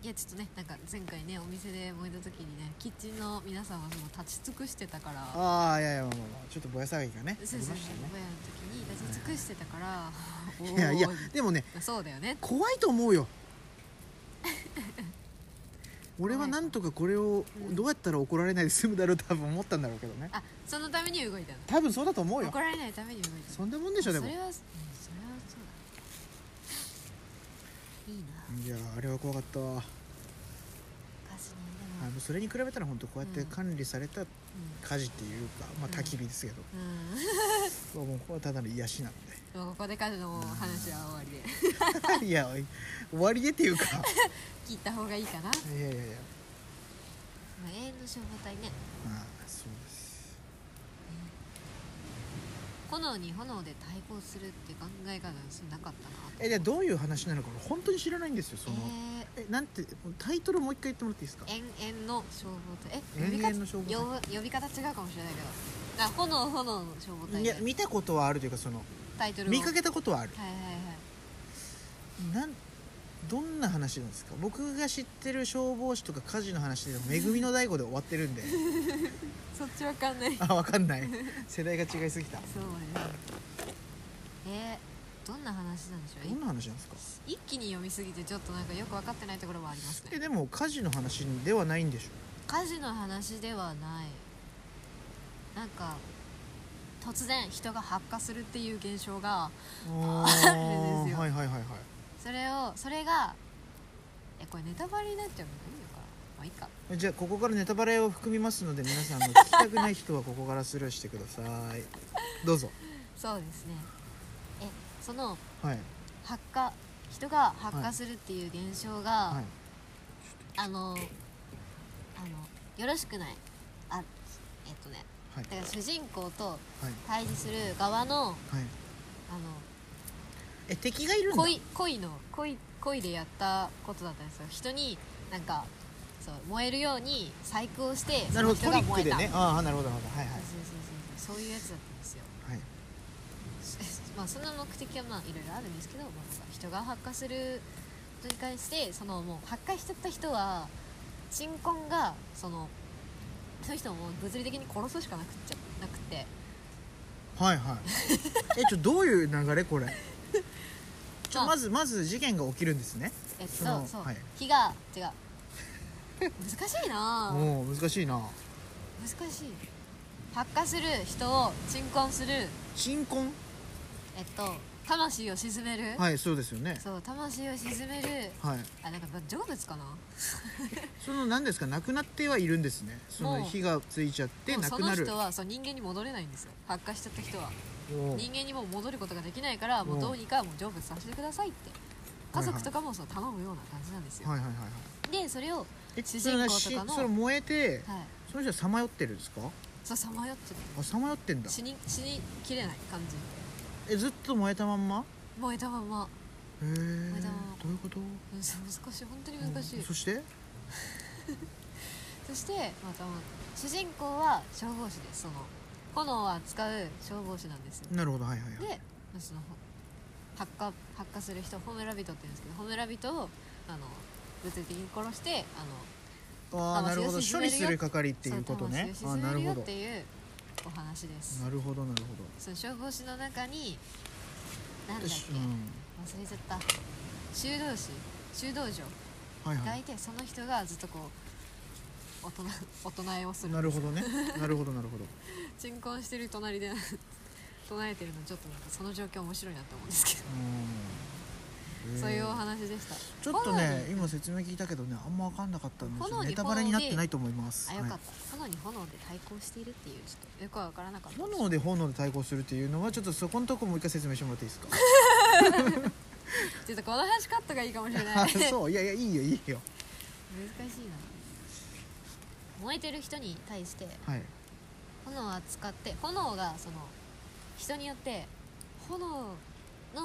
Speaker 2: いやちょっとねなんか前回ねお店で燃えた時にねキッチンの皆さんはもう立ち尽くしてたから
Speaker 1: ああいやいやまあまあまあちょっとぼや騒ぎがねありまし
Speaker 2: そ
Speaker 1: た
Speaker 2: う
Speaker 1: ね
Speaker 2: そう小屋の時に立ち尽くしてたから
Speaker 1: いやいや
Speaker 2: おー
Speaker 1: でもね
Speaker 2: そうだよね
Speaker 1: 怖いと思う よ俺はなんとかこれを
Speaker 2: うん
Speaker 1: どうやったら怒られないで済むだろうと多分思ったんだろうけどね
Speaker 2: あそのために動いた
Speaker 1: 多分そうだと思う
Speaker 2: の
Speaker 1: よ
Speaker 2: 怒られないために動いた
Speaker 1: そ
Speaker 2: の
Speaker 1: んなもんでしょでも
Speaker 2: そ
Speaker 1: い
Speaker 2: れはうんそれはそうだいいな
Speaker 1: やあれは怖かったわ
Speaker 2: 火事ね
Speaker 1: あのそれに比べたら本当こうやって管理された火事っていうか、まあ、
Speaker 2: うん
Speaker 1: 焚き火ですけど、
Speaker 2: でもうん、
Speaker 1: も うこれはただの癒しなん
Speaker 2: うん、でもここで火事の話は終わりで
Speaker 1: で いやおい終わりでっていうか
Speaker 2: 切った方がいいかな、まあ、
Speaker 1: いやいやいや
Speaker 2: 永遠の消防隊ね
Speaker 1: まあそうです
Speaker 2: 炎に炎で対抗するって考え方はそんななかったなと
Speaker 1: えじゃあどういう話なのか俺本当に知らないんですよその、
Speaker 2: えー
Speaker 1: えなんてタイトルもう一回言ってもらっていいですか
Speaker 2: 延々の消防隊え
Speaker 1: 延々の消防隊
Speaker 2: 呼び方呼ぶ呼び方違うかもしれないけどあ炎炎の消防隊
Speaker 1: いや
Speaker 2: で
Speaker 1: 見たことはあるというかその
Speaker 2: タイトルを
Speaker 1: 見かけたことはある
Speaker 2: はいはいはい
Speaker 1: なんどんな話なんですか僕が知ってる消防士とか火事の話でも「めぐみの大悟」で終わってるんで
Speaker 2: そっちわかんないそう
Speaker 1: あわかんない世代が違いすぎた
Speaker 2: ねえー、どんな話なんでしょ
Speaker 1: どん
Speaker 2: う
Speaker 1: な話なんですか
Speaker 2: い一気に読みすぎてちょっとなんかよく分かってないところもあります
Speaker 1: え
Speaker 2: ね
Speaker 1: でも火事の話ではないんでしょ
Speaker 2: 火事の話ではないなんか突然人が発火するっていう現象が
Speaker 1: あ
Speaker 2: あるんです
Speaker 1: ー
Speaker 2: よ
Speaker 1: はいはいはいはい
Speaker 2: それをそれがえこれネタバレになっちゃうのいいのかなまあいいか
Speaker 1: えじゃあここからネタバレを含みますので皆さんあの聞きたくない人はここからスルーしてくださいどうぞ
Speaker 2: そうですねえその
Speaker 1: はい
Speaker 2: 発火人が発火するっていう現象が、
Speaker 1: はい
Speaker 2: あのあのよろしくないあえっとね
Speaker 1: はい
Speaker 2: だから主人公と
Speaker 1: はい
Speaker 2: 対峙する側の
Speaker 1: はい
Speaker 2: あ
Speaker 1: え敵がいるん
Speaker 2: の
Speaker 1: だ
Speaker 2: 恋恋の恋恋でやったことだったんですよ人になんかそう燃えるように細工をして
Speaker 1: なるほど
Speaker 2: そ
Speaker 1: ト
Speaker 2: の
Speaker 1: リッ
Speaker 2: 人が燃
Speaker 1: ク
Speaker 2: え
Speaker 1: で
Speaker 2: た
Speaker 1: ねああなるほどなるほどはいは
Speaker 2: そう
Speaker 1: い
Speaker 2: そうそうそうそういうやつだったんですよ
Speaker 1: はい
Speaker 2: まあその目的はまあいろいろあるんですけど、まあ、人が発火することに関してそのもう発火しちゃった人は鎮魂がそのそういう人をもう物理的に殺すしかなくっちゃなくて
Speaker 1: はいはい えちょどういう流れこ れちょ
Speaker 2: まあ
Speaker 1: まずまず事件が起きるんですね
Speaker 2: えっと
Speaker 1: そ
Speaker 2: そう
Speaker 1: のはい
Speaker 2: 火が違う難しいなぁ
Speaker 1: もう難しいな
Speaker 2: 難しい発火する人を鎮魂する
Speaker 1: 新婚
Speaker 2: えっと魂を鎮める、
Speaker 1: はいそうですよね
Speaker 2: そう魂を鎮める
Speaker 1: はい
Speaker 2: あなんかまあ成仏かな
Speaker 1: その何ですかなくなってはいるんですねその
Speaker 2: もう
Speaker 1: 火がついちゃって
Speaker 2: でも
Speaker 1: な
Speaker 2: そ
Speaker 1: く
Speaker 2: の
Speaker 1: なる
Speaker 2: 人はそう人間に戻れないんですよ発火しちゃった人は
Speaker 1: おう
Speaker 2: 人間にもう戻ることができないからもうどうにかもう成仏させてくださいって
Speaker 1: は
Speaker 2: 家
Speaker 1: いはい
Speaker 2: 族とかもそう頼むような感じなんですよ、
Speaker 1: はいはいはいはい
Speaker 2: でそれを
Speaker 1: え
Speaker 2: 主人公とかの
Speaker 1: それしそれ燃えて
Speaker 2: はい
Speaker 1: その人はさまよってるんですか
Speaker 2: そうさまよってる
Speaker 1: あさまよってんだ
Speaker 2: 死に死にきれない感じ
Speaker 1: えずっと燃えたまんま
Speaker 2: 燃えたまま
Speaker 1: へえどうい
Speaker 2: えたまま
Speaker 1: うこと
Speaker 2: うんそう難しい本当に難しい、
Speaker 1: うんそして
Speaker 2: そしてまた主人公は消防士ですその炎は使う消防士なんですよ
Speaker 1: なるほどはいはいはい
Speaker 2: でその発火発火する人ホムラビトって言うんですけどホムラビトをあの物理的に殺してあの
Speaker 1: ああなるほど
Speaker 2: 魂を
Speaker 1: 処理す
Speaker 2: 沈めるよ
Speaker 1: る係っていうことね
Speaker 2: そ
Speaker 1: あ
Speaker 2: う
Speaker 1: あ
Speaker 2: 魂を
Speaker 1: なる
Speaker 2: 沈める
Speaker 1: ほ
Speaker 2: よっ
Speaker 1: ど
Speaker 2: ていうお話です
Speaker 1: なるほどなるほど
Speaker 2: その消防士の中になんだっ
Speaker 1: 私
Speaker 2: け、
Speaker 1: う
Speaker 2: 忘
Speaker 1: ん
Speaker 2: れちゃった修道士修道場
Speaker 1: はいは
Speaker 2: が
Speaker 1: い
Speaker 2: いてその人がずっとこう大人大人えをする
Speaker 1: なるほどねなるほどなる ほど
Speaker 2: 鎮魂してる隣 で唱えてるのちょっとなんかその状況面白いなと思うんですけど
Speaker 1: ううん
Speaker 2: そういうお話でした
Speaker 1: ちょっとね
Speaker 2: 炎に
Speaker 1: 今説明聞いたけどねあんま分かんなかったんでちょっと
Speaker 2: 炎に
Speaker 1: ネタバレになってないと思います
Speaker 2: あよかった、
Speaker 1: はい
Speaker 2: 炎に炎で対抗しているっていうちょっとよくわからなかった
Speaker 1: 炎で炎で対抗するっていうのはちょっとそこのとこもう一回説明してもらっていい ですか
Speaker 2: ちょっとこの話カットがいいかもしれない
Speaker 1: あ
Speaker 2: 難しいな
Speaker 1: そういやいやいいよいいよ
Speaker 2: 燃えてる人に対して
Speaker 1: はい
Speaker 2: 炎を扱って炎がその人によって炎の
Speaker 1: な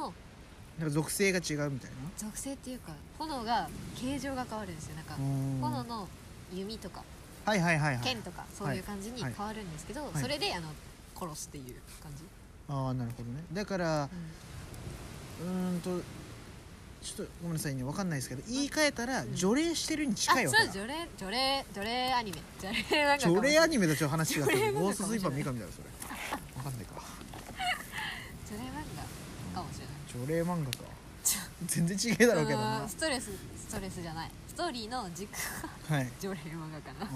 Speaker 1: んか属性が違うみたい
Speaker 2: 属性っていうか炎が形状が変わるんですよなんか
Speaker 1: なうーん
Speaker 2: 炎の弓とか
Speaker 1: はいはいはいはい
Speaker 2: 剣とかそういう感じに変わるんですけど、
Speaker 1: い
Speaker 2: それであの殺すっていう感じ、
Speaker 1: ああなるほどねだから
Speaker 2: うん
Speaker 1: うーんとちょっとごめんなさいね分かんないですけど言い換えたら除霊してるに近いわ
Speaker 2: あ
Speaker 1: け
Speaker 2: そ
Speaker 1: だ
Speaker 2: う除霊除霊除霊アニメ除霊なんかかも
Speaker 1: 除
Speaker 2: しれ
Speaker 1: 霊
Speaker 2: ない
Speaker 1: アニメとちょっと話が違って
Speaker 2: 除霊漫画
Speaker 1: ゴースト
Speaker 2: か
Speaker 1: ス
Speaker 2: も
Speaker 1: イ
Speaker 2: し
Speaker 1: ー
Speaker 2: れ
Speaker 1: パー三上だ
Speaker 2: ない
Speaker 1: よそれ 分かんないか
Speaker 2: 除霊漫画かもしれない
Speaker 1: 除霊漫画か
Speaker 2: ちょ
Speaker 1: 全然違えだろうけど
Speaker 2: う
Speaker 1: な
Speaker 2: ーんストレスストレスじゃないストーリーの軸が
Speaker 1: はい
Speaker 2: 除霊漫画か
Speaker 1: ああな
Speaker 2: な
Speaker 1: るほど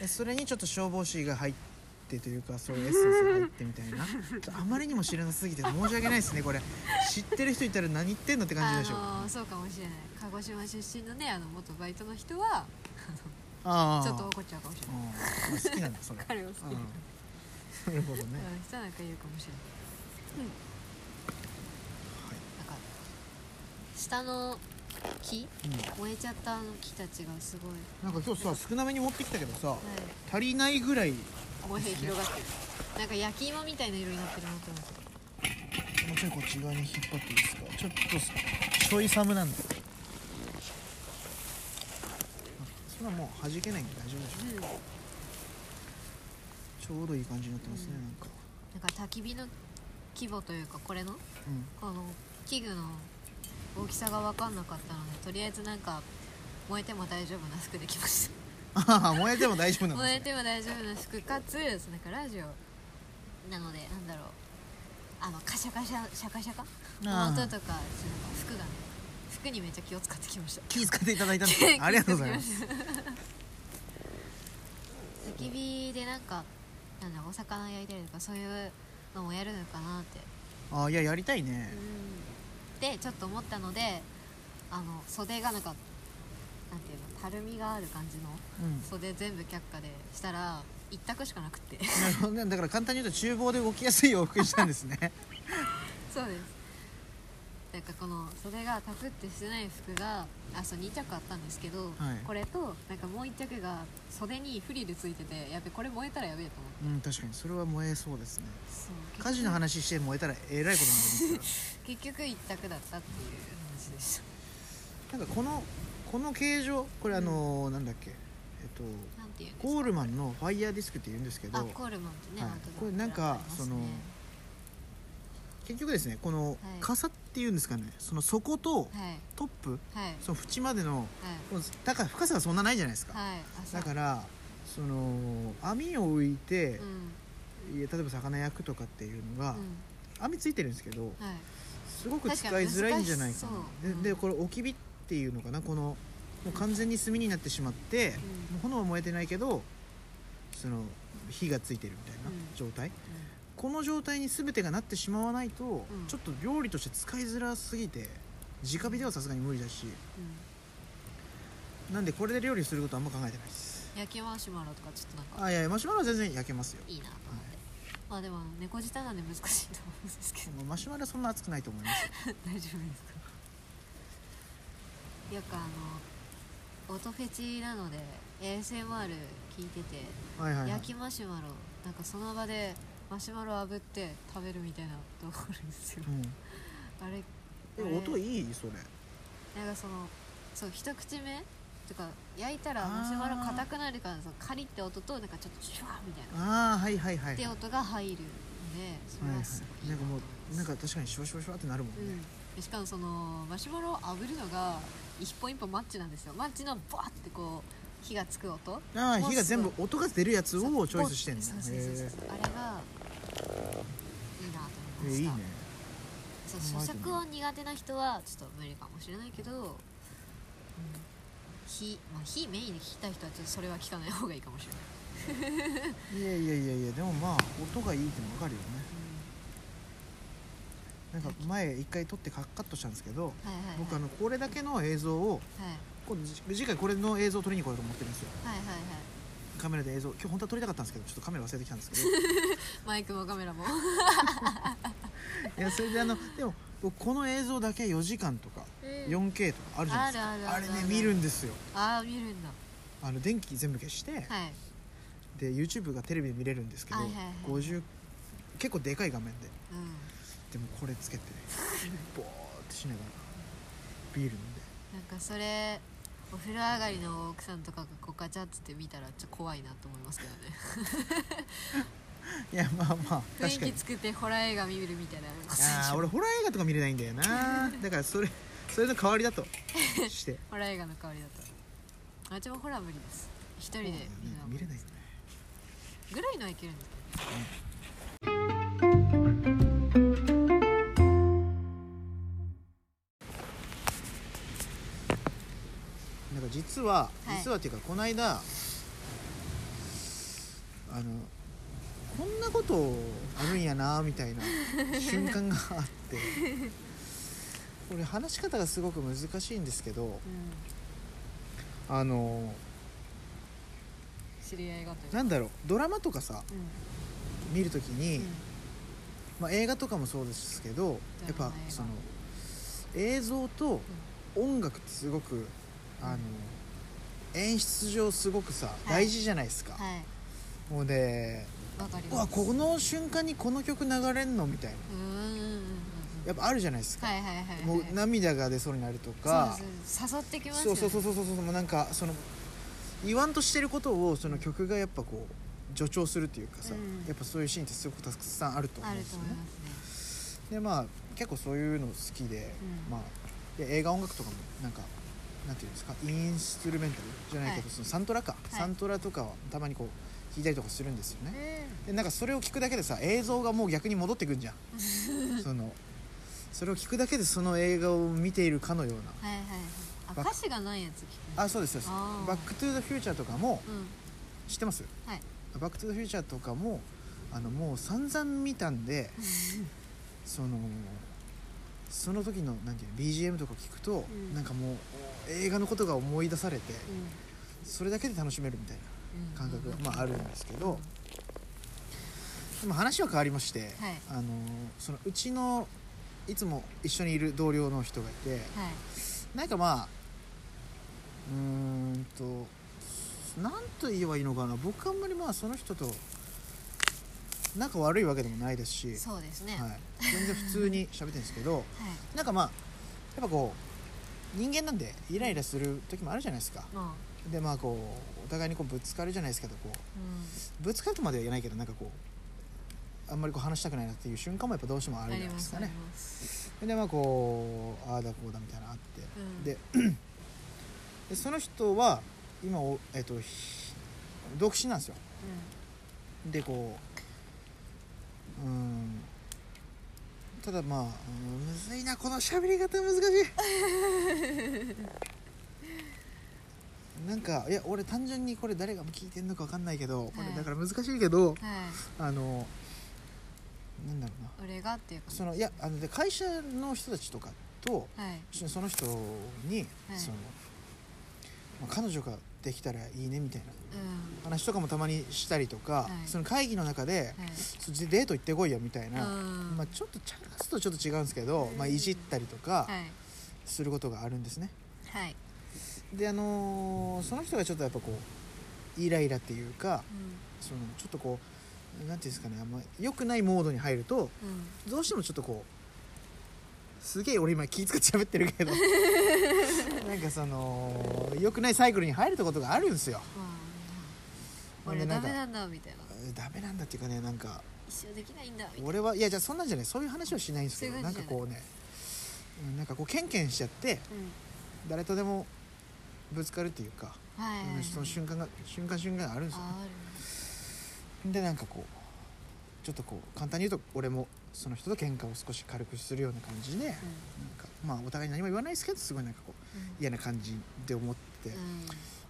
Speaker 1: えそれにちょっと消防士が入ってというかそういうエッセンスが入ってみた いなちょっとあまりにも知らなすぎて申し訳ないですねこれ知ってる人いたら何言ってんのって感じでしょ
Speaker 2: あのーそうかもしれない鹿児島出身のねあの元バイトの人は
Speaker 1: ああ
Speaker 2: ちょっと怒っちゃうかもしれ
Speaker 1: う
Speaker 2: なんい
Speaker 1: まあ好きなんだそれ
Speaker 2: 彼を好きな、
Speaker 1: うんなるほどね
Speaker 2: うん人なんか言うかもしれない、うん
Speaker 1: はい
Speaker 2: なんか下の木
Speaker 1: うん
Speaker 2: 燃えちゃったあの木たちがすごい、
Speaker 1: なんか今日さ少なめに持ってきたけどさ
Speaker 2: はい、
Speaker 1: 足りないぐらいも
Speaker 2: 燃え広がってるなんか焼き芋みたいな色になってるなと思って
Speaker 1: うちょいこっち側に引っ張っていいですかちょっとちょい寒なんだそれはもう弾けないんで大丈夫でしょ
Speaker 2: うんなんか
Speaker 1: ちょうどいい感じになってますね
Speaker 2: うん
Speaker 1: なんか
Speaker 2: 焚き火の規模というかこれの
Speaker 1: うん
Speaker 2: この器具の大きさが分かんなかったのでとりあえずなんか燃えても大丈夫な服できまし
Speaker 1: ああ燃えても大丈夫
Speaker 2: た
Speaker 1: なの
Speaker 2: 燃えても大丈夫な服かつなんかラジオなのでなんだろうあのカシャカシャシャカシャカの
Speaker 1: あー
Speaker 2: 音とかなんか服がね服にめっちゃ気を使ってきました
Speaker 1: 気遣っていただいたんですね ありがとうございます
Speaker 2: す 焚き火でなんかなんだお魚焼いたりとかそういうのもやるのかなって
Speaker 1: ああいややりたいね
Speaker 2: でちょっと思ったのであの袖がなんかなんていうのたるみがある感じの
Speaker 1: うん
Speaker 2: 袖全部却下でしたら一択しかな くて
Speaker 1: なるほどねだから簡単に言うと厨房で動きやすい洋服にしたんですね
Speaker 2: そうですなんかこの袖がタプってしてない服があそう2着あったんですけど、
Speaker 1: はい
Speaker 2: これとなんかもう1着が袖にフリルついててやべこれ燃えたらやべえと思って
Speaker 1: うん確かにそれは燃えそうですね
Speaker 2: そう結局
Speaker 1: 火事の話して燃えたらえらいことになりますか
Speaker 2: 結局一択だったっていう話でした
Speaker 1: らなんかこのこの形状これあのーなんだっけえっと
Speaker 2: なんていうんですか
Speaker 1: コールマンのファイヤーディスクって言うんですけ
Speaker 2: あ
Speaker 1: ど
Speaker 2: コールマンってね、
Speaker 1: はい
Speaker 2: アウトドア
Speaker 1: これなんか
Speaker 2: ありますね
Speaker 1: その結局ですねこの傘っていうんですかねその底と
Speaker 2: はい
Speaker 1: トップ
Speaker 2: はい
Speaker 1: その縁までの
Speaker 2: はい
Speaker 1: もう高深さがそんなないじゃないですか、
Speaker 2: はい
Speaker 1: だかららその網を浮いて
Speaker 2: う、ん
Speaker 1: いや例えば魚焼くとかっていうのが、
Speaker 2: う
Speaker 1: 網ついてるんですけど
Speaker 2: んはい
Speaker 1: すごく使いづらいんじゃないかな
Speaker 2: 確かに難しそう
Speaker 1: で
Speaker 2: う
Speaker 1: で
Speaker 2: ん
Speaker 1: これ置き火っていうのかなこのもう完全に炭になってしまって、もう炎は燃えてないけどその火がついてるみたいな
Speaker 2: うん
Speaker 1: 状態、この状態に全てがなってしまわないと、
Speaker 2: ん
Speaker 1: ちょっと料理として使いづらすぎて直火ではさすがに無理だし
Speaker 2: うん
Speaker 1: なんでこれで料理することはあんま考えてないです
Speaker 2: うん焼きマシュマロとかちょっとなんか
Speaker 1: あいやいやマシュマロは全然焼けますよ
Speaker 2: いいなと思ってまあでも猫舌なんで難しいと思うんですけど
Speaker 1: マシュマロはそんな熱くないと思います
Speaker 2: 大丈夫です かよくあの音フェチなので ASMR 聞いてて
Speaker 1: はいはい、はい
Speaker 2: 焼、きマシュマロなんかその場でマシュマロ炙って食べるみたいなとこあるんです よ
Speaker 1: う
Speaker 2: あれ
Speaker 1: ん、
Speaker 2: あ
Speaker 1: え
Speaker 2: れ
Speaker 1: 音いいそれ
Speaker 2: なんかそのそう一口目とか焼いたらマシュマロ硬くなるからそのカリって音となんかちょっとシュワーみたいな
Speaker 1: ああはいはいはい
Speaker 2: って
Speaker 1: はい
Speaker 2: 音が入るんでそ
Speaker 1: は
Speaker 2: れ
Speaker 1: い
Speaker 2: はすごいい
Speaker 1: な
Speaker 2: い
Speaker 1: んかも
Speaker 2: と
Speaker 1: うなんか確かにシュワシュワシュワってなるもん
Speaker 2: 思い
Speaker 1: ね、
Speaker 2: ますうんしかもそのマシュマロを炙るのが一本一本マッチなんですよマッチのバーってこう火がつく音
Speaker 1: ああ
Speaker 2: もう
Speaker 1: 火が全部音が出るやつをチョイスしてんの
Speaker 2: そうそうそうそう
Speaker 1: へ
Speaker 2: あれがいいなと
Speaker 1: え
Speaker 2: 思
Speaker 1: えい
Speaker 2: い
Speaker 1: いね
Speaker 2: ましたそう
Speaker 1: 考えてみ
Speaker 2: 咀嚼
Speaker 1: よう
Speaker 2: 音苦手な人はちょっと無理かもしれないけど、うん、火、まあ、火メインで聞きたい人はちょっとそれは聞かない方がいいかもしれない、
Speaker 1: いやいやいやいやでもまあ音がいいってもわかるよね
Speaker 2: う
Speaker 1: なんか前一回撮ってカッカットしたんですけど
Speaker 2: はいはいはい
Speaker 1: 僕あのこれだけの映像を
Speaker 2: はい
Speaker 1: 今度じ次回これの映像を撮りに行こうと思ってるんですよ
Speaker 2: はいはいはい
Speaker 1: カメラで映像今日本当は撮りたかったんですけどちょっとカメラ忘れてきたんですけど
Speaker 2: マイクもカ メラもうん
Speaker 1: いやそれであのでも僕この映像だけ4時間とか 4K とかあるじゃないですか
Speaker 2: あるある
Speaker 1: あ
Speaker 2: あ
Speaker 1: れ
Speaker 2: る
Speaker 1: ね見るんですよ
Speaker 2: ああ見るんだ
Speaker 1: あの電気全部消して、
Speaker 2: はい
Speaker 1: で YouTube がテレビで見れるんですけど、
Speaker 2: はいはいはい
Speaker 1: 50結構でかい画面で
Speaker 2: うん
Speaker 1: でもこれつけて ボーってしながらビール飲んで
Speaker 2: なんかそれお風呂上がりの奥さんとかがこうガチャっつって見たらちょっと怖いなと思いますけどね
Speaker 1: いやまあまあ
Speaker 2: 雰
Speaker 1: 確か
Speaker 2: 囲
Speaker 1: に
Speaker 2: 気作ってホラー映画見るみたいなことでし
Speaker 1: ああ
Speaker 2: ょ
Speaker 1: 俺ホラー映画とか見れないんだよなだからそれそれの代わりだと して
Speaker 2: ホラー映画の代わりだとあっちもホラー無理です一人
Speaker 1: そ
Speaker 2: で
Speaker 1: う
Speaker 2: 見
Speaker 1: だよね
Speaker 2: るのは無
Speaker 1: 見
Speaker 2: 理
Speaker 1: れ
Speaker 2: で
Speaker 1: ないよ
Speaker 2: す
Speaker 1: ね
Speaker 2: ぐらいのはいけるんですけ
Speaker 1: なんか実は、
Speaker 2: はい
Speaker 1: 実はっていうかこの間あのこんなことあるんやなみた いな瞬間があって俺話し方がすごく難しいんですけど
Speaker 2: ど、うん、
Speaker 1: あの
Speaker 2: 知り合いがという
Speaker 1: なんだろうドラマとかさ
Speaker 2: うん
Speaker 1: 見るときに、
Speaker 2: うん
Speaker 1: まあ、映画とかもそうですけどやっ
Speaker 2: ド
Speaker 1: ぱ
Speaker 2: ラマ映画
Speaker 1: その映像と音楽ってすごく、あの演出上すごくさ、
Speaker 2: い
Speaker 1: 大事じゃないですか、
Speaker 2: はい
Speaker 1: もうね
Speaker 2: わかり
Speaker 1: う
Speaker 2: ま
Speaker 1: わ
Speaker 2: す
Speaker 1: この瞬間にこの曲流れんのみたいな
Speaker 2: うーんうんうんうん
Speaker 1: やっぱあるじゃないですか、
Speaker 2: はいはいはいはい
Speaker 1: もう涙が出そうになるとか
Speaker 2: そうです誘ってきます
Speaker 1: そ
Speaker 2: よ
Speaker 1: う
Speaker 2: ね
Speaker 1: そうそうそうそうそうもうなんかその言わんとしてることをその曲がやっぱこう助長するっていうかさ、
Speaker 2: うん
Speaker 1: やっぱそういうシーンってすごくたくさんあると思う
Speaker 2: あ
Speaker 1: ん
Speaker 2: る
Speaker 1: です
Speaker 2: と
Speaker 1: よ
Speaker 2: 思い
Speaker 1: ね
Speaker 2: ます
Speaker 1: でまあ結構そういうの好きで、
Speaker 2: うん
Speaker 1: まあで映画音楽とかもなんかなんていうんですかインストゥルメンタルじゃないけど、
Speaker 2: はい
Speaker 1: そのサントラか、
Speaker 2: い
Speaker 1: サントラとかはたまにこう弾いたりとかするんですよね、
Speaker 2: ね
Speaker 1: でなんかそれを聞くだけでさ映像がもう逆に戻ってくんじゃん そのそれを聞くだけでその映画を見ているかのよう
Speaker 2: うんはいはいはいあ
Speaker 1: バッ
Speaker 2: 歌詞がないやつ聞く
Speaker 1: なあそうですそうです
Speaker 2: あー
Speaker 1: バック・トゥ・ザ・フューチャーとかも
Speaker 2: うん
Speaker 1: 知ってます
Speaker 2: はい
Speaker 1: バック・トゥ・ザ・フューチャーとかもあのもう散々見たん でそのその時のなんていうの BGM とか聞くと、
Speaker 2: うん
Speaker 1: なんかもう映画のことが思い出されてそれだけで楽しめるみたい
Speaker 2: うんうん
Speaker 1: な感覚が、
Speaker 2: うん
Speaker 1: まあ、あるんですけどでも話は変わりまして、
Speaker 2: はい
Speaker 1: あのそのうちのいつも一緒にいる同僚の人がいて
Speaker 2: はい
Speaker 1: なんかまあうーんとなんと言えばいいのかな僕あんまりまあその人と仲悪いわけでもないですし、
Speaker 2: そうですね
Speaker 1: は
Speaker 2: はい
Speaker 1: い、全然普通に喋ってるんですけどなんかまあやっぱこう人間なんでイライラする時もあるじゃないですか
Speaker 2: まあ
Speaker 1: でまあこうお互いにこうぶつかるじゃないですけどこう
Speaker 2: う
Speaker 1: ぶつかるとまでは言えないけどなんかこうあんまりこう話したくないなっていう瞬間もやっぱどうしてもあ
Speaker 2: ん
Speaker 1: る
Speaker 2: あ
Speaker 1: じゃ
Speaker 2: り
Speaker 1: ない
Speaker 2: ま
Speaker 1: です
Speaker 2: す
Speaker 1: か
Speaker 2: あり
Speaker 1: ね
Speaker 2: ます
Speaker 1: でまあこうああだこうだみたいなのあって、
Speaker 2: うん
Speaker 1: ででその人は今お、えっとひ独身なんですよでこううんただまあうんむずいなこの喋り方難しい なんかいや俺単純にこれ誰が聞いてんのか分かんないけど、これだから難しいけど
Speaker 2: うんはい
Speaker 1: あのなんだろうな
Speaker 2: 俺がっていうか
Speaker 1: そのいやあので会社の人たちとかと
Speaker 2: はい
Speaker 1: 一緒にその人に、
Speaker 2: はい
Speaker 1: そのまあ彼女ができたらいいねみたいな
Speaker 2: うん
Speaker 1: 話とかもたまにしたりとか、
Speaker 2: はい
Speaker 1: その会議の中で、
Speaker 2: はい
Speaker 1: そっちでデート行ってこいよみたいな、
Speaker 2: うん
Speaker 1: まあ、ちょっとチャンスとちょっと違うんですけど、
Speaker 2: うん
Speaker 1: まあ、いじったりとか
Speaker 2: はい
Speaker 1: することがあるんですね。
Speaker 2: はい
Speaker 1: であのーその人がちょっとやっぱこうイライラっていうか
Speaker 2: う
Speaker 1: そのちょっとこうなんていうんですかねあんま良くないモードに入ると
Speaker 2: んうん
Speaker 1: どうしてもちょっとこうすげえ俺今気使って喋ってるけ どなんかその良くないサイクルに入るってことがあるんですよほ
Speaker 2: まあ
Speaker 1: ん
Speaker 2: 俺
Speaker 1: でな
Speaker 2: ダ
Speaker 1: んか
Speaker 2: メなんだみたいな
Speaker 1: えーダメなんだっていうかねなんか
Speaker 2: 一生できないんだみたいな
Speaker 1: 俺はいやじゃあそんなんじゃないそういう話はしないんですけど
Speaker 2: そういう
Speaker 1: なん
Speaker 2: 話
Speaker 1: か
Speaker 2: じゃない
Speaker 1: こうねうんなんかこうケンケンしちゃって
Speaker 2: うん
Speaker 1: 誰とでもぶつかるっていうか、
Speaker 2: はいはいはい
Speaker 1: その瞬間が瞬間瞬間があるんですよ、
Speaker 2: あある
Speaker 1: でなんかこうちょっとこう簡単に言うと俺もその人と喧嘩を少し軽くするような感じで、なんかまあお互いに何も言わないですけどすごいなんかこう
Speaker 2: う
Speaker 1: 嫌な感じで思って
Speaker 2: ん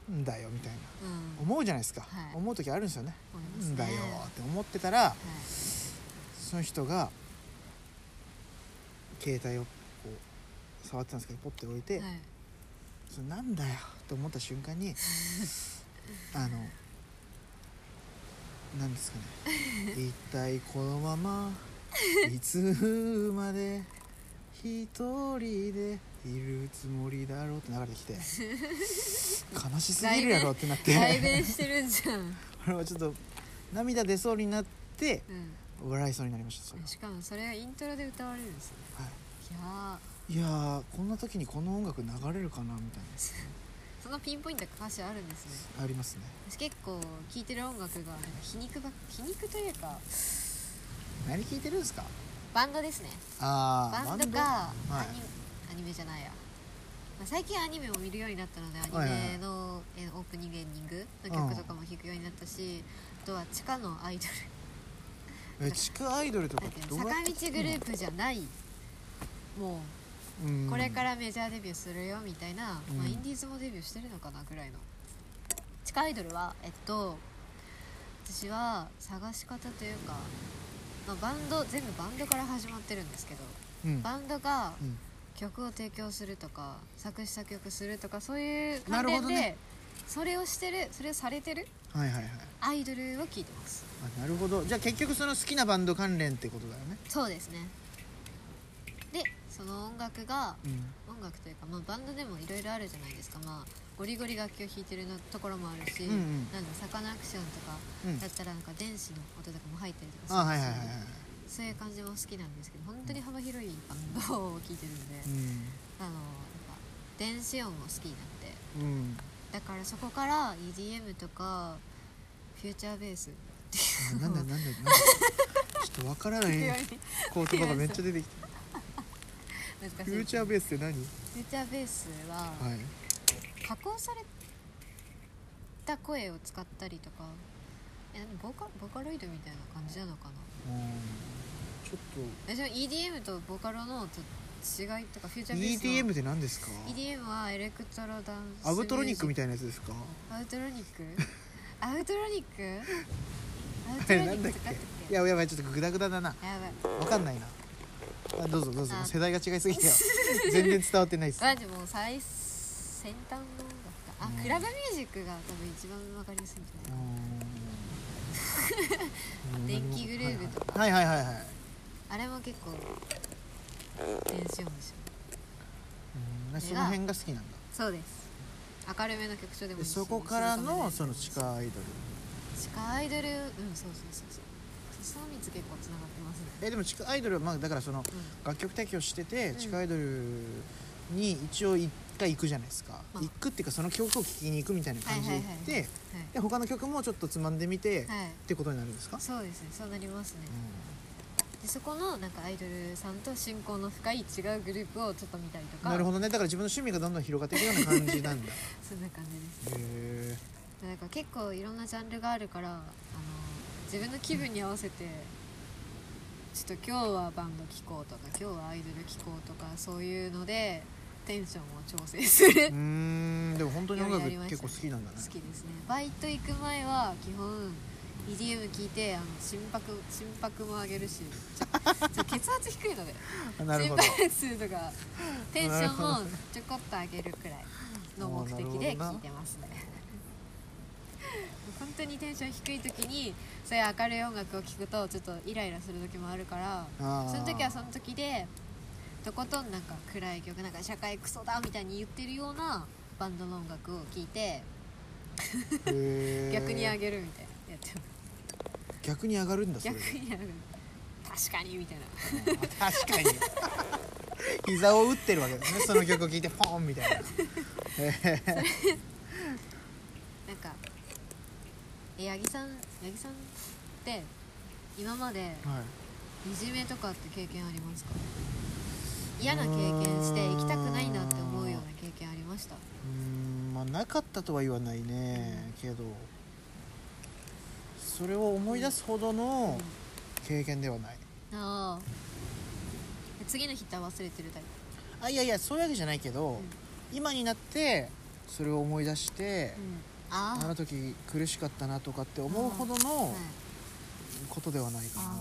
Speaker 2: うん
Speaker 1: んだよみたいな
Speaker 2: うんうん
Speaker 1: 思うじゃないですか、
Speaker 2: はい
Speaker 1: 思う時あるんですよね
Speaker 2: 思いま
Speaker 1: ん
Speaker 2: すね
Speaker 1: だよって思ってたら
Speaker 2: はい
Speaker 1: その人が携帯をこう触ってたんですけどポッて置いて、
Speaker 2: はい
Speaker 1: それなんだよと思った瞬間にあのなんですかね一体このままいつまで一人でいるつもりだろうって流れてきて悲しすぎるやろってなって
Speaker 2: 代弁してるんじゃん、
Speaker 1: これはちょっと涙出そうになって
Speaker 2: う
Speaker 1: 笑いそうになりましたそれ
Speaker 2: ん、
Speaker 1: は、
Speaker 2: しかもそれがイントロで歌われるんですね
Speaker 1: はい
Speaker 2: いやー
Speaker 1: いやーこんな時にこの音楽流れるかなみたい
Speaker 2: そのピンポイント歌詞あるんですね
Speaker 1: なありますね
Speaker 2: 私結構聴いてる音楽がなんか皮肉ば皮肉というか
Speaker 1: 何聴いてるんですか
Speaker 2: バンドですね
Speaker 1: ああ
Speaker 2: バンドかアニ,、
Speaker 1: はい
Speaker 2: アニメじゃないや、まあ、最近アニメを見るようになったのでア
Speaker 1: はい
Speaker 2: ニ
Speaker 1: はいはい
Speaker 2: メのえーオープニングエンディングの曲とかも聴くようになったしあとは地下のアイド
Speaker 1: え地下アイドルと
Speaker 2: ル
Speaker 1: か
Speaker 2: な
Speaker 1: っ
Speaker 2: んて
Speaker 1: て
Speaker 2: いう
Speaker 1: ど
Speaker 2: の
Speaker 1: うやって
Speaker 2: 坂道グループじゃないも
Speaker 1: う
Speaker 2: うんこれからメジャーデビューするよみたいな、
Speaker 1: うん
Speaker 2: まあ、インディーズもデビューしてるのかなぐらいの地下アイドルはえっと私は探し方というか、まあ、バンド全部バンドから始まってるんですけど
Speaker 1: うん
Speaker 2: バンドが
Speaker 1: うん
Speaker 2: 曲を提供するとか作詞作曲するとかそういう
Speaker 1: な
Speaker 2: 関
Speaker 1: るほ
Speaker 2: 連
Speaker 1: ど
Speaker 2: で、
Speaker 1: ね
Speaker 2: それをしてるそれをされてる
Speaker 1: はいはいはい
Speaker 2: アイドルを聴いてます
Speaker 1: あなるほどじゃあ結局その好きなバンド関連ってことだよね
Speaker 2: そうですねでその音楽が
Speaker 1: うん
Speaker 2: 音楽というか、まあ、バンドでもいろいろあるじゃないですか、まあ、ゴリゴリ楽器を弾いてるのところもあるし、
Speaker 1: うんうん
Speaker 2: なんだサカナクションとか
Speaker 1: うん
Speaker 2: だったらなんか電子の音とかも入ったりと
Speaker 1: あ
Speaker 2: か
Speaker 1: は
Speaker 2: す
Speaker 1: いはいはいはい
Speaker 2: るんですよねそういう感じも好きなんですけど本当に幅広いバンドを聴いてるので、
Speaker 1: う
Speaker 2: あのやっぱ電子音も好きになって
Speaker 1: んうん
Speaker 2: だからそこから EDM とかフューチャーベース
Speaker 1: あなんだなんだなんだちょっとわからない
Speaker 2: 強い
Speaker 1: 言葉がめっちゃ出てき
Speaker 2: 難しい
Speaker 1: た
Speaker 2: フ
Speaker 1: フュ
Speaker 2: ュ
Speaker 1: ー
Speaker 2: ーチ
Speaker 1: チャーベースって何
Speaker 2: ャーベースは
Speaker 1: はい
Speaker 2: 加工された声を使ったりとかえ何ボーカボーカロイドみたいな感じなのかな
Speaker 1: うんちょっと
Speaker 2: えでも EDM とボカロのちょっと違いとかフューチャーベースの
Speaker 1: EDM って何ですか
Speaker 2: EDM はエレクトロダンス
Speaker 1: アブトロニックみ
Speaker 2: たい
Speaker 1: たいなやつですか
Speaker 2: アウトロニッ クアウトロニックアウ
Speaker 1: あ
Speaker 2: ト
Speaker 1: れ
Speaker 2: ロ
Speaker 1: な
Speaker 2: ニ
Speaker 1: ん
Speaker 2: ッ
Speaker 1: だっ
Speaker 2: ク使ったっ
Speaker 1: けい
Speaker 2: けや
Speaker 1: ややばいちょっとグダグダだな
Speaker 2: ばい
Speaker 1: わかんないなあどうぞどうぞ
Speaker 2: あ
Speaker 1: 世代が違いすぎて よ全然伝わってないです
Speaker 2: まあでも最先端の音楽かあ、
Speaker 1: うん
Speaker 2: クラブミュージックが多分一番わかりやすいんじゃない、 電気グルーヴと
Speaker 1: かはいはいはいはいはい
Speaker 2: あれも結構電子音でしょ
Speaker 1: うんその辺が好きなんだ
Speaker 2: そうです明るめの曲調でも
Speaker 1: で
Speaker 2: いいし
Speaker 1: そこからのそ
Speaker 2: 静かめ
Speaker 1: の
Speaker 2: も
Speaker 1: 地下アイドル
Speaker 2: 地下アイドルうんそうそうそうそうその3つ結構つながってますね
Speaker 1: えでも地下アイドルはまあだからその
Speaker 2: うん
Speaker 1: 楽曲提供してて
Speaker 2: ん
Speaker 1: 地下アイドルに一応一回行くじゃないですか
Speaker 2: まあ
Speaker 1: 行くっていうかその曲を聴きに行くみたいな感じで行っ
Speaker 2: はいは
Speaker 1: てで他の曲もちょっとつまんでみてっ
Speaker 2: はい、はい、
Speaker 1: てことになるんですか
Speaker 2: そうですねそうなりますね
Speaker 1: う
Speaker 2: でそこのなんかアイドルさんと親交の深い違うグループをちょっと見たりと
Speaker 1: ん
Speaker 2: か
Speaker 1: なるほどねだから自分の趣味がどんどん広がっていくような感じなんだへ
Speaker 2: そんな感じです
Speaker 1: え
Speaker 2: なんか結構いろんなジャンルがあるからあの自分の気分に合わせてちょっと今日はバンド聴こうとか今日はアイドル聴こうとかそういうのでテンションを調整する
Speaker 1: うーんでも本当に音楽
Speaker 2: いろいろありました
Speaker 1: 結
Speaker 2: ね
Speaker 1: 構好きなんだね
Speaker 2: 好きですねバイト行く前は基本 EDM 聞いてあの心拍心拍も上げるしちょちょ血圧低いので
Speaker 1: あ なる
Speaker 2: 心
Speaker 1: ほど
Speaker 2: 拍数とかテンション
Speaker 1: なる
Speaker 2: も
Speaker 1: ほど
Speaker 2: ちょこっと上げるくらいの目的で聞いてますね 本当にテンション低い時にそういう明るい音楽を聴くとちょっとイライラする時もあるから
Speaker 1: あー
Speaker 2: その時はその時でとことんなんか暗い曲なんか社会クソだみたいに言ってるようなバンドの音楽を聴いて
Speaker 1: へー
Speaker 2: 逆に上げるみたいなやってま
Speaker 1: 逆に上がるんだ
Speaker 2: す
Speaker 1: それ
Speaker 2: 逆に上げる確かにみたいな
Speaker 1: あ確かに 膝を打ってるわけですねその曲を聴いてポーンみたいなへー
Speaker 2: なんかえ八木さん八木さんって今まで
Speaker 1: はい
Speaker 2: いじめとかって経験ありますか嫌な経験して行きたくないなって思うような経験ありました
Speaker 1: うーんまあなかったとは言わないねけどそれを思い出すほどの経験ではない
Speaker 2: ああ次の日って忘れてるタイ
Speaker 1: あいやいやそういうわけじゃないけど、
Speaker 2: ん
Speaker 1: 今になってそれを思い出して
Speaker 2: プ、、うん、あ
Speaker 1: あ
Speaker 2: あ
Speaker 1: の時苦しかったなとかって思うほどの
Speaker 2: はい
Speaker 1: ことではないかな、
Speaker 2: あ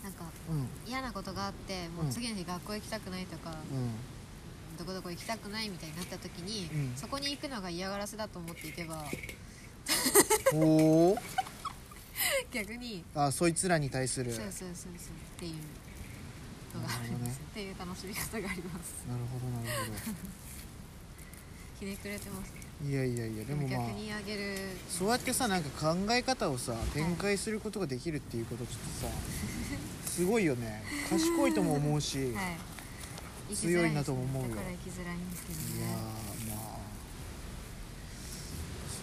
Speaker 2: ーなんか
Speaker 1: うんうん
Speaker 2: 嫌なことがあってもう次の日学校行きたくないとか、どこどこ行きたくないみたいになった時に、
Speaker 1: うん
Speaker 2: そこに行くのが嫌がらせだと思っていけば
Speaker 1: おお
Speaker 2: 逆に
Speaker 1: あそいつらに対する
Speaker 2: そう
Speaker 1: なる
Speaker 2: そうそうそうっていうのがあるんです、っていう楽しみ方があります
Speaker 1: ほどなる
Speaker 2: ひねくれてます
Speaker 1: ほ どいやいやいやで
Speaker 2: で
Speaker 1: も
Speaker 2: も
Speaker 1: まあ
Speaker 2: 逆にあげる
Speaker 1: そうやってさなんか考え方をさ展開することができるっていうことちょ っとさすごいよね賢いとも思う し、い、や
Speaker 2: はい生きづら
Speaker 1: 強
Speaker 2: ですね
Speaker 1: いなとも思うよ
Speaker 2: だから生きづらいんですけど
Speaker 1: ー
Speaker 2: ね
Speaker 1: まあ
Speaker 2: こ
Speaker 1: そ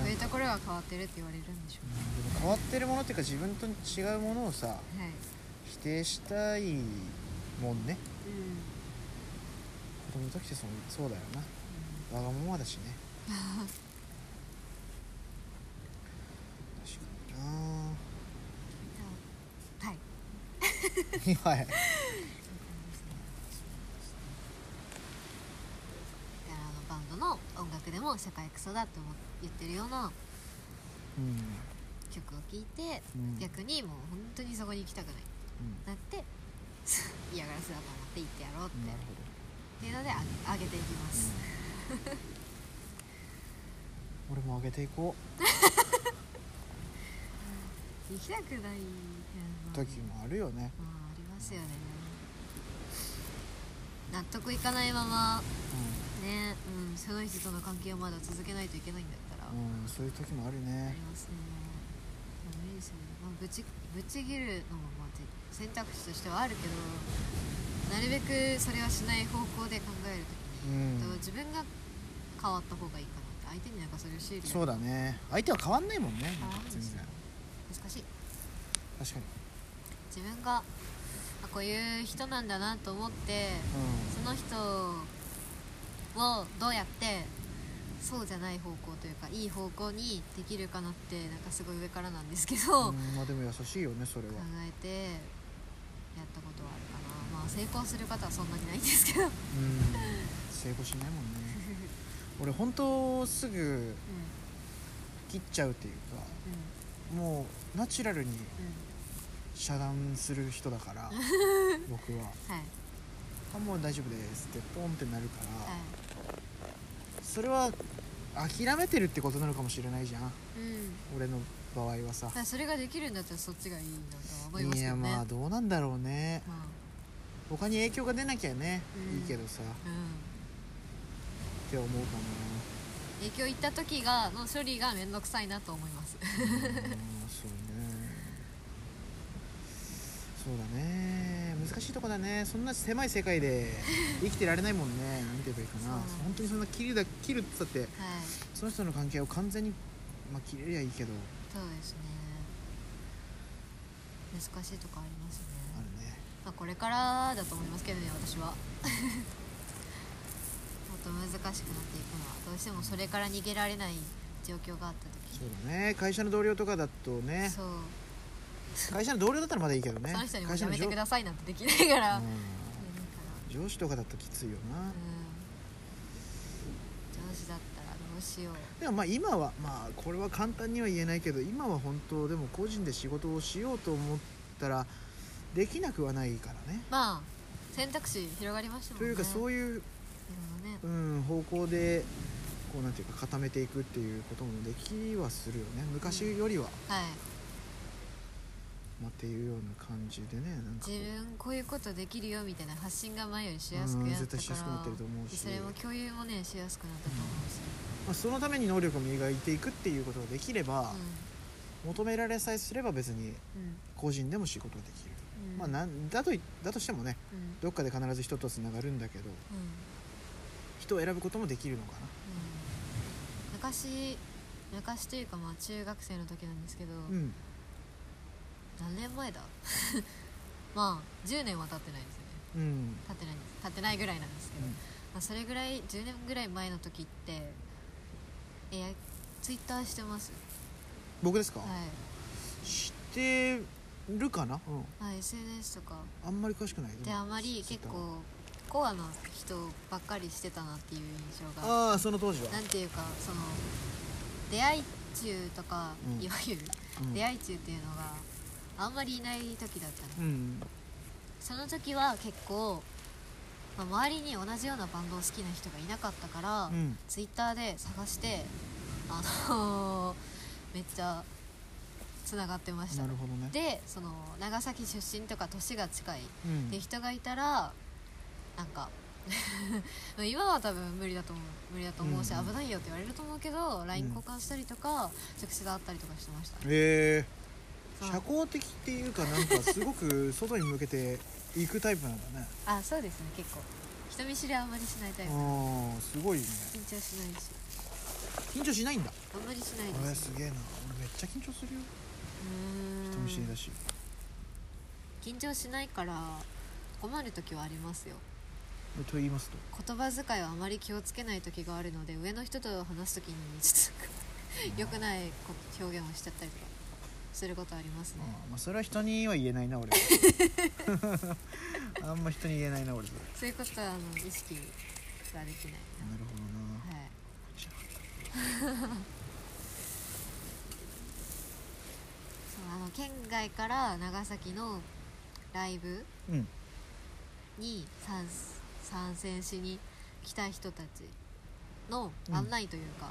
Speaker 1: う
Speaker 2: う
Speaker 1: ね
Speaker 2: い
Speaker 1: なん
Speaker 2: う
Speaker 1: か
Speaker 2: ところが変わってるって言われるんでしょ
Speaker 1: う
Speaker 2: うん
Speaker 1: でも変わってるものっていうか自分と違うものをさ
Speaker 2: ねはい
Speaker 1: 否定したいもんね子
Speaker 2: うん
Speaker 1: 供の時ってそうそうだよなわがままだしね確か
Speaker 2: じゃあはい
Speaker 1: にな はい
Speaker 2: だからあのバンドの音楽でも社会クソだって思っ言ってるような
Speaker 1: うん
Speaker 2: 曲を聴いて、
Speaker 1: うん
Speaker 2: 逆にもう本当にそこに行きたくない
Speaker 1: うん
Speaker 2: なって 嫌がらせだと思って行ってやろうって、
Speaker 1: なる
Speaker 2: っ
Speaker 1: ほど
Speaker 2: ていうのであ上げていきます、
Speaker 1: 俺も上げていこ
Speaker 2: 行きたくないみ
Speaker 1: う
Speaker 2: たいな
Speaker 1: 時もあるよね、
Speaker 2: まあありますよね納得いかないままねうんその人との関係をまだ続けないといけないんだったら、
Speaker 1: うんうん、そういう時もある
Speaker 2: あ
Speaker 1: ね
Speaker 2: りますねでも無理ですよね、まあ、ぶちぶち切るのもまあ選択肢としてはあるけどなるべくそれはしない方向で考えると
Speaker 1: う
Speaker 2: きに、
Speaker 1: ん
Speaker 2: と自分が変わった方がいいかなって相手になんかそれを強いる
Speaker 1: そうだね相手は変わんないもんね
Speaker 2: 変わんない
Speaker 1: 全
Speaker 2: です
Speaker 1: 然
Speaker 2: よ難しい
Speaker 1: 確かに
Speaker 2: 自分があこういう人なんだなと思ってその人をどうやってそうじゃない方向というかいい方向にできるかなってなんかすごい上からなんですけ
Speaker 1: うん、
Speaker 2: ど、
Speaker 1: うんまあでも優しいよねそれは
Speaker 2: 考えてやったことはあるかなまあ成功する方はそんなにないんですけど、うん、
Speaker 1: うん成功しないもんね俺本当すぐ切っちゃうっていうかもうナチュラルに
Speaker 2: う
Speaker 1: 遮断する人だから 僕は
Speaker 2: ん、はい
Speaker 1: あもう大丈夫ですってポンってなるから、
Speaker 2: はい
Speaker 1: それは諦めてるってことなのかもしれないじゃん
Speaker 2: うん
Speaker 1: 俺の場合はさ
Speaker 2: だからそれができるんだったらそっちがいいんだとは思います
Speaker 1: い
Speaker 2: け
Speaker 1: や
Speaker 2: どね
Speaker 1: まあ
Speaker 2: ま
Speaker 1: どうなんだろうね
Speaker 2: あ
Speaker 1: 他に影響が出なきゃね、
Speaker 2: うん
Speaker 1: いいけどさっ
Speaker 2: うん
Speaker 1: て思うか
Speaker 2: 影響行った時がの処理が面倒くさいなと思い ます
Speaker 1: なうんそうねそうだね難しいとこだねそんな狭い世界で生きてられないもんねなんて言えばいいかな
Speaker 2: そう
Speaker 1: 本当にそんな切るだ切るって言ったって
Speaker 2: はい
Speaker 1: その人の関係を完全にまあ切れりゃいいけど
Speaker 2: そうですね難しいとこあります
Speaker 1: あ
Speaker 2: ね、
Speaker 1: るね
Speaker 2: まあ、これからだと思いますけどね私は もっと難しくなっていくのはどうしてもそれから逃げられない状況があった時
Speaker 1: そうだね会社の同僚とかだとね
Speaker 2: そう
Speaker 1: 会社の同僚だったらまだいいけどね
Speaker 2: その人にも
Speaker 1: 会社
Speaker 2: や
Speaker 1: の
Speaker 2: めて
Speaker 1: 上
Speaker 2: くださいなんてできないから、
Speaker 1: う
Speaker 2: うん、
Speaker 1: ん上司とかだときついよな、
Speaker 2: 上司だったらどうしよう
Speaker 1: でもまあ今はまあこれは簡単には言えないけど今は本当でも個人で仕事をしようと思ったらできなくはないからね
Speaker 2: まあ選択肢広がりましたもん
Speaker 1: と
Speaker 2: ね
Speaker 1: いうかそういう、
Speaker 2: いろいろね
Speaker 1: うん、方向でこうなんていうか固めていくっていうこともできはするよね昔よりは、
Speaker 2: はい
Speaker 1: まあ、っていうような感じでねなんかこう
Speaker 2: 自分こういうことできるよみたいな発信が前よりしやす
Speaker 1: う
Speaker 2: く
Speaker 1: ん
Speaker 2: やっ
Speaker 1: 絶
Speaker 2: たか
Speaker 1: 対
Speaker 2: ら
Speaker 1: しやすくなってると思うし
Speaker 2: それも共有もねしやすくなったと思うし、
Speaker 1: まあ、そのために能力を磨いていくっていうことができれば、求められさえすれば別に
Speaker 2: うんうん
Speaker 1: 個人でも仕事ができる、
Speaker 2: うん
Speaker 1: まあ、なんだといだとしてもね
Speaker 2: うんうん
Speaker 1: どっかで必ず人とつながるんだけど人を選ぶこともできるのかな
Speaker 2: うん昔昔というかまあ中学生の時なんですけど、
Speaker 1: うん
Speaker 2: 何年前だ まあ10年は経ってないですよね
Speaker 1: うん
Speaker 2: 経ってないんです経ってないぐらいなんですけど、
Speaker 1: うん
Speaker 2: まあ、それぐらい10年ぐらい前の時ってえやツイッターしてます
Speaker 1: 僕ですか、
Speaker 2: はい、
Speaker 1: 知ってるかな、うん、
Speaker 2: まあ、SNS とか
Speaker 1: あんまり詳しくない
Speaker 2: であまり
Speaker 1: 知っ
Speaker 2: 結
Speaker 1: た
Speaker 2: 構コアな人ばっかりしてたなっていう印象が
Speaker 1: ああその当時は
Speaker 2: なんていうかその出会い中とか、
Speaker 1: うん
Speaker 2: いわゆる
Speaker 1: うん
Speaker 2: 出会い中っていうのがあんまりいない時だったの
Speaker 1: うん
Speaker 2: その時は結構、まあ周りに同じようなバンドを好きな人がいなかったから、
Speaker 1: うん
Speaker 2: ツイッターで探してあの めっちゃつながってました
Speaker 1: なるほどね
Speaker 2: でその長崎出身とか年が近い
Speaker 1: うん
Speaker 2: って人がいたらなんか 今は多分無理だと思う無理だと思うし、
Speaker 1: うんうん
Speaker 2: 危ないよって言われると思うけど LINE 交換したりとか、直接会ったりとかしてました
Speaker 1: え
Speaker 2: そう
Speaker 1: ー、社交的っていうかなんかすごく外に向けて行くタイプなんだね
Speaker 2: あそうですね結構人見知りはあんまりしないタイプ
Speaker 1: ああすごいね
Speaker 2: 緊張しないし
Speaker 1: 緊張しないんだ
Speaker 2: あんまりしない
Speaker 1: 俺
Speaker 2: です
Speaker 1: すげえな俺めっちゃ緊張するよ
Speaker 2: うーん
Speaker 1: 人見知りだし
Speaker 2: 緊張しないから困る時はありますよ
Speaker 1: えと言いますと
Speaker 2: 言葉遣いはあまり気をつけない時があるので上の人と話す時にちょっと 良くないこと表現をしちゃったりとかすることありますね
Speaker 1: あーまあそれは人には言えないな俺 は あんま人に言えないな俺それ
Speaker 2: そういうことはあの意識ができない
Speaker 1: なるほどな
Speaker 2: なはい
Speaker 1: 知らなかっ
Speaker 2: そうあの県外から長崎のライブ
Speaker 1: たうん
Speaker 2: に参参戦しに来た人たちの
Speaker 1: うん
Speaker 2: 案内というか、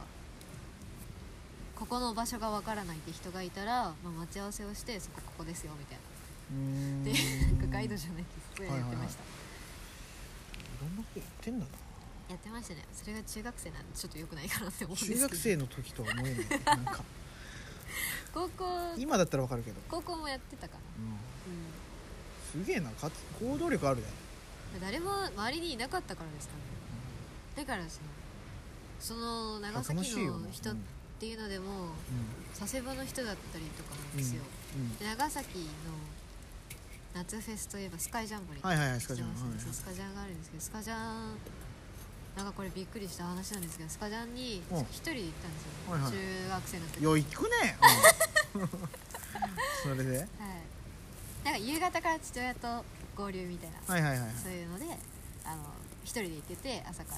Speaker 2: ここの場所がわからないって人がいたら、まあ、待ち合わせをしてそこここですよみたいな
Speaker 1: うーん
Speaker 2: でなんかガイドじゃないけどそういうのやってまし
Speaker 1: い
Speaker 2: た、
Speaker 1: ろんなことやってんだな
Speaker 2: やってましたねそれが中学生なんでちょっと良くないかなって思うんですけ
Speaker 1: 中
Speaker 2: ど
Speaker 1: 学生の時とは思えないなん か
Speaker 2: 高校
Speaker 1: 今だったらわかるけど、
Speaker 2: 高校もやってたかな、
Speaker 1: う、
Speaker 2: うん
Speaker 1: すげえなかつ行動力あるね
Speaker 2: ん、誰も周りにいなかったからですかねだからそのその長崎
Speaker 1: 楽しいよ
Speaker 2: の
Speaker 1: ね
Speaker 2: 人っ
Speaker 1: うん
Speaker 2: ていうのでも佐世保の人だったりとかなんですよ、
Speaker 1: うんうん
Speaker 2: で長崎の夏フェスといえばスカイジャンボリー
Speaker 1: はいはいはい
Speaker 2: 知
Speaker 1: スカ
Speaker 2: って
Speaker 1: ジャン
Speaker 2: ます
Speaker 1: はい
Speaker 2: ねそうスカジャンがあるんですけどスカジャンなんかこれびっくりした話なんですけどスカジャンに
Speaker 1: うん
Speaker 2: 一人で行ったんですよ、
Speaker 1: はいはい
Speaker 2: 中学生の時
Speaker 1: よいくね、うん それで
Speaker 2: はい、なんか夕方から父親と合流みたいな、
Speaker 1: はいはいはいはい
Speaker 2: そういうのであの一人で行ってて朝か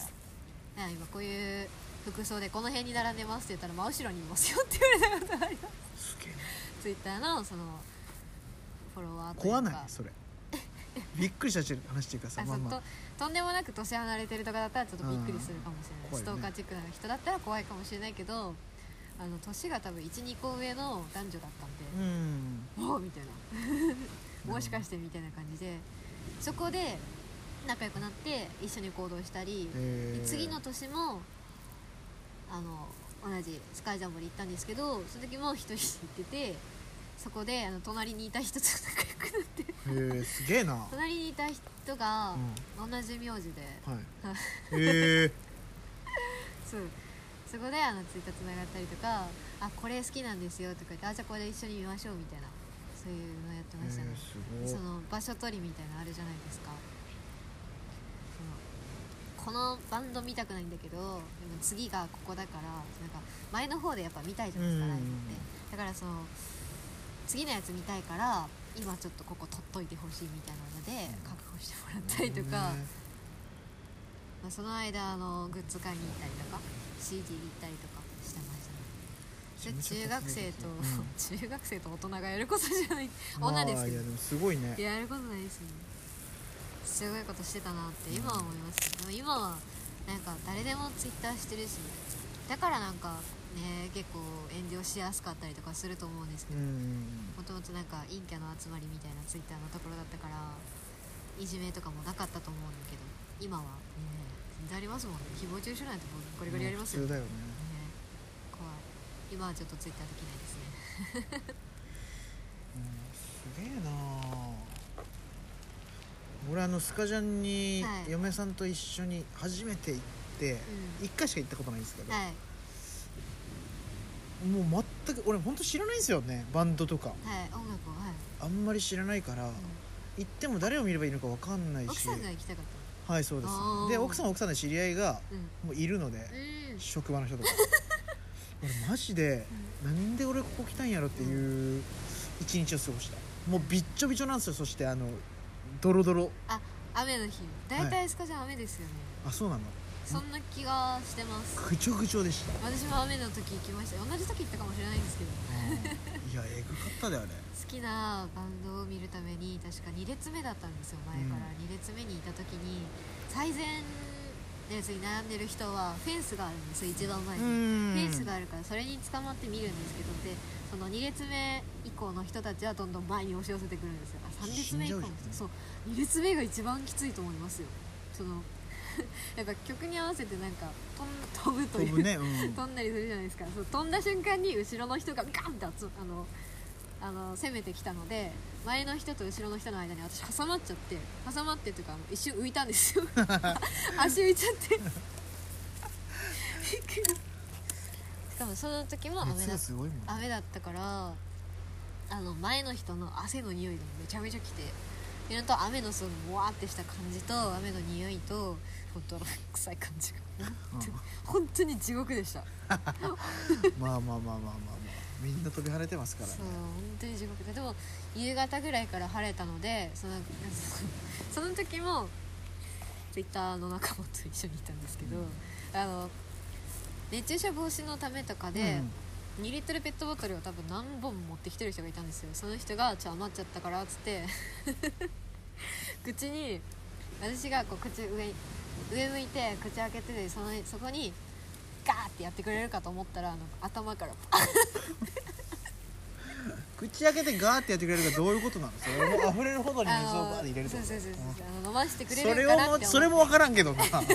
Speaker 2: らなんか今こういう服装でこの辺に並んでますって言ったら真後ろにいますよって言われたことがあります
Speaker 1: すげえな
Speaker 2: ツイッターのそのフォロワーという
Speaker 1: 怖
Speaker 2: か
Speaker 1: ないそれびっくりした話してくださ
Speaker 2: あ
Speaker 1: い
Speaker 2: そ
Speaker 1: まあまあ
Speaker 2: ととんでもなく年離れてるとかだったらちょっとびっくりするかもしれない、
Speaker 1: うん
Speaker 2: ストー
Speaker 1: 怖いよ
Speaker 2: カー
Speaker 1: ね
Speaker 2: チックな人だったら怖いかもしれないけどあの年が多分12個上の男女だったんで、
Speaker 1: うん
Speaker 2: おおみたいなもしかしてみたいな感じでそこで仲良くなって一緒に行動したり、
Speaker 1: えー
Speaker 2: で次の年もあの同じスカイジャンボに行ったんですけどその時も一人で行っててそこであの隣にいた人と仲良くなって
Speaker 1: へーすげえな、 は
Speaker 2: 隣にいた人が同じ名字で、
Speaker 1: い、へえ
Speaker 2: そうそこであのツイッターつながったりとか「あこれ好きなんですよ」とか言って「あじゃあこれ一緒に見ましょう」みたいなそういうのやってましたね、
Speaker 1: す
Speaker 2: そ
Speaker 1: ごい
Speaker 2: の場所取りみたいなのあるじゃないですかそのこのバンド見たくないんだけどでも次がここだからなんか前の方でやっぱ見たいじゃないですか
Speaker 1: うん
Speaker 2: ラ
Speaker 1: う
Speaker 2: イ
Speaker 1: んうん
Speaker 2: ブってだからその次のやつ見たいから今ちょっとここ取っといてほしいみたいなので確保してもらったりとか、まあ、その間あのグッズ買いに行ったりとか CD 行ったりとかしてましたねそれ中学 生と、中学生と大人がやることじゃない女です
Speaker 1: けどい
Speaker 2: けど
Speaker 1: やでもすごいね
Speaker 2: やることないですねすごいことしてたなって今は思いますでも今はなんか誰でもツイッターしてるしだからなんかね結構遠慮しやすかったりとかすると思うんですけ
Speaker 1: う
Speaker 2: ど
Speaker 1: ん
Speaker 2: もともとなんか陰キャの集まりみたいなツイッターのところだったからいじめとかもなかったと思うんだけど今はね全然ありますもんね誹謗中傷なんてもうゴリゴリやりますよ
Speaker 1: 普
Speaker 2: ね
Speaker 1: 通だよね
Speaker 2: 怖い今はちょっとツイッターできないですね
Speaker 1: うんすげえな俺あのスカジャンに
Speaker 2: はい
Speaker 1: 嫁さんと一緒に初めて行って、
Speaker 2: うん
Speaker 1: 一回しか行ったことないんですけど、
Speaker 2: はい
Speaker 1: もう全く俺本当知らないんですよねバンドとか
Speaker 2: はい音楽をはい、
Speaker 1: あんまり知らないから、
Speaker 2: う
Speaker 1: 行っても誰を見ればいいのか分かんない
Speaker 2: ん、
Speaker 1: し
Speaker 2: 奥さんが行きたかった
Speaker 1: はいそうです
Speaker 2: あー
Speaker 1: で奥さんは奥さんで知り合いが
Speaker 2: うん
Speaker 1: もういるので、
Speaker 2: うん
Speaker 1: 職場の人 とか俺マジで、なんで俺ここ来たんやろっていう一日を過ごしたもうびっちょびちょなんですよそしてあのドロドロ
Speaker 2: あ雨の日大体スカジャン雨ですよね、
Speaker 1: あそうなの
Speaker 2: そんな気がしてます
Speaker 1: ぐちょぐちょでした、
Speaker 2: 私も雨の時行きました同じ時行ったかもしれないんですけど
Speaker 1: いやえぐかっただよね
Speaker 2: 好きなバンドを見るために確か2列目だったんですよ前か
Speaker 1: う
Speaker 2: ら2列目にいた時に最前列に並んでる人はフェンスがあるんですよ一番前に
Speaker 1: ん
Speaker 2: フェンスがあるからそれに捕まって見るんですけどでその2列目以降の人たちはどんどん前に押し寄せてくるんですよあ3列目以降
Speaker 1: 死んじゃうじ
Speaker 2: の
Speaker 1: ゃん
Speaker 2: 人そう2列目が一番きついと思いますよその やっぱ曲に合わせてなんか飛ん飛ぶと
Speaker 1: 飛
Speaker 2: いう
Speaker 1: ぶね うん
Speaker 2: 飛んだりするじゃないですかそう飛んだ瞬間に後ろの人がガンって集あのあの攻めてきたので前の人と後ろの人の間に私挟まっちゃって挟まってというかあの一瞬浮いたん ですよ足浮いちゃ ってびっくりしかもその時も雨
Speaker 1: 熱
Speaker 2: だ
Speaker 1: がすごいもん
Speaker 2: 雨だったからあの前の人の汗の匂いがめちゃめちゃきてそれと雨のそのわーってした感じと雨の匂いと本当の臭い感じが本当に地獄でした
Speaker 1: うんまあまあまあまあまあまあみんな飛び跳ねてますからね
Speaker 2: そう本当に地獄ででも夕方ぐらいから晴れたのでそのその時もツイッターの仲間と一緒にいたんですけど、あの熱中症防止のためとかで、2リットルペットボトルを多分何本も持ってきてる人がいたんですよその人が「ちょ余っちゃったから」っつって 口に私がこう口上に上向いて口開けててそのそこにガーってやってくれるかと思ったらあの頭からパッ
Speaker 1: うん、口開けてガーってやってくれるからどういうことなのそれも溢れるほどに
Speaker 2: あ
Speaker 1: 水を
Speaker 2: の
Speaker 1: バーって入れるって
Speaker 2: そう
Speaker 1: こと
Speaker 2: そうそうそう
Speaker 1: うん
Speaker 2: あの飲ましてくれ
Speaker 1: そ
Speaker 2: る
Speaker 1: れ
Speaker 2: んかなって思
Speaker 1: を
Speaker 2: って
Speaker 1: それも分からんけどな
Speaker 2: 飲ま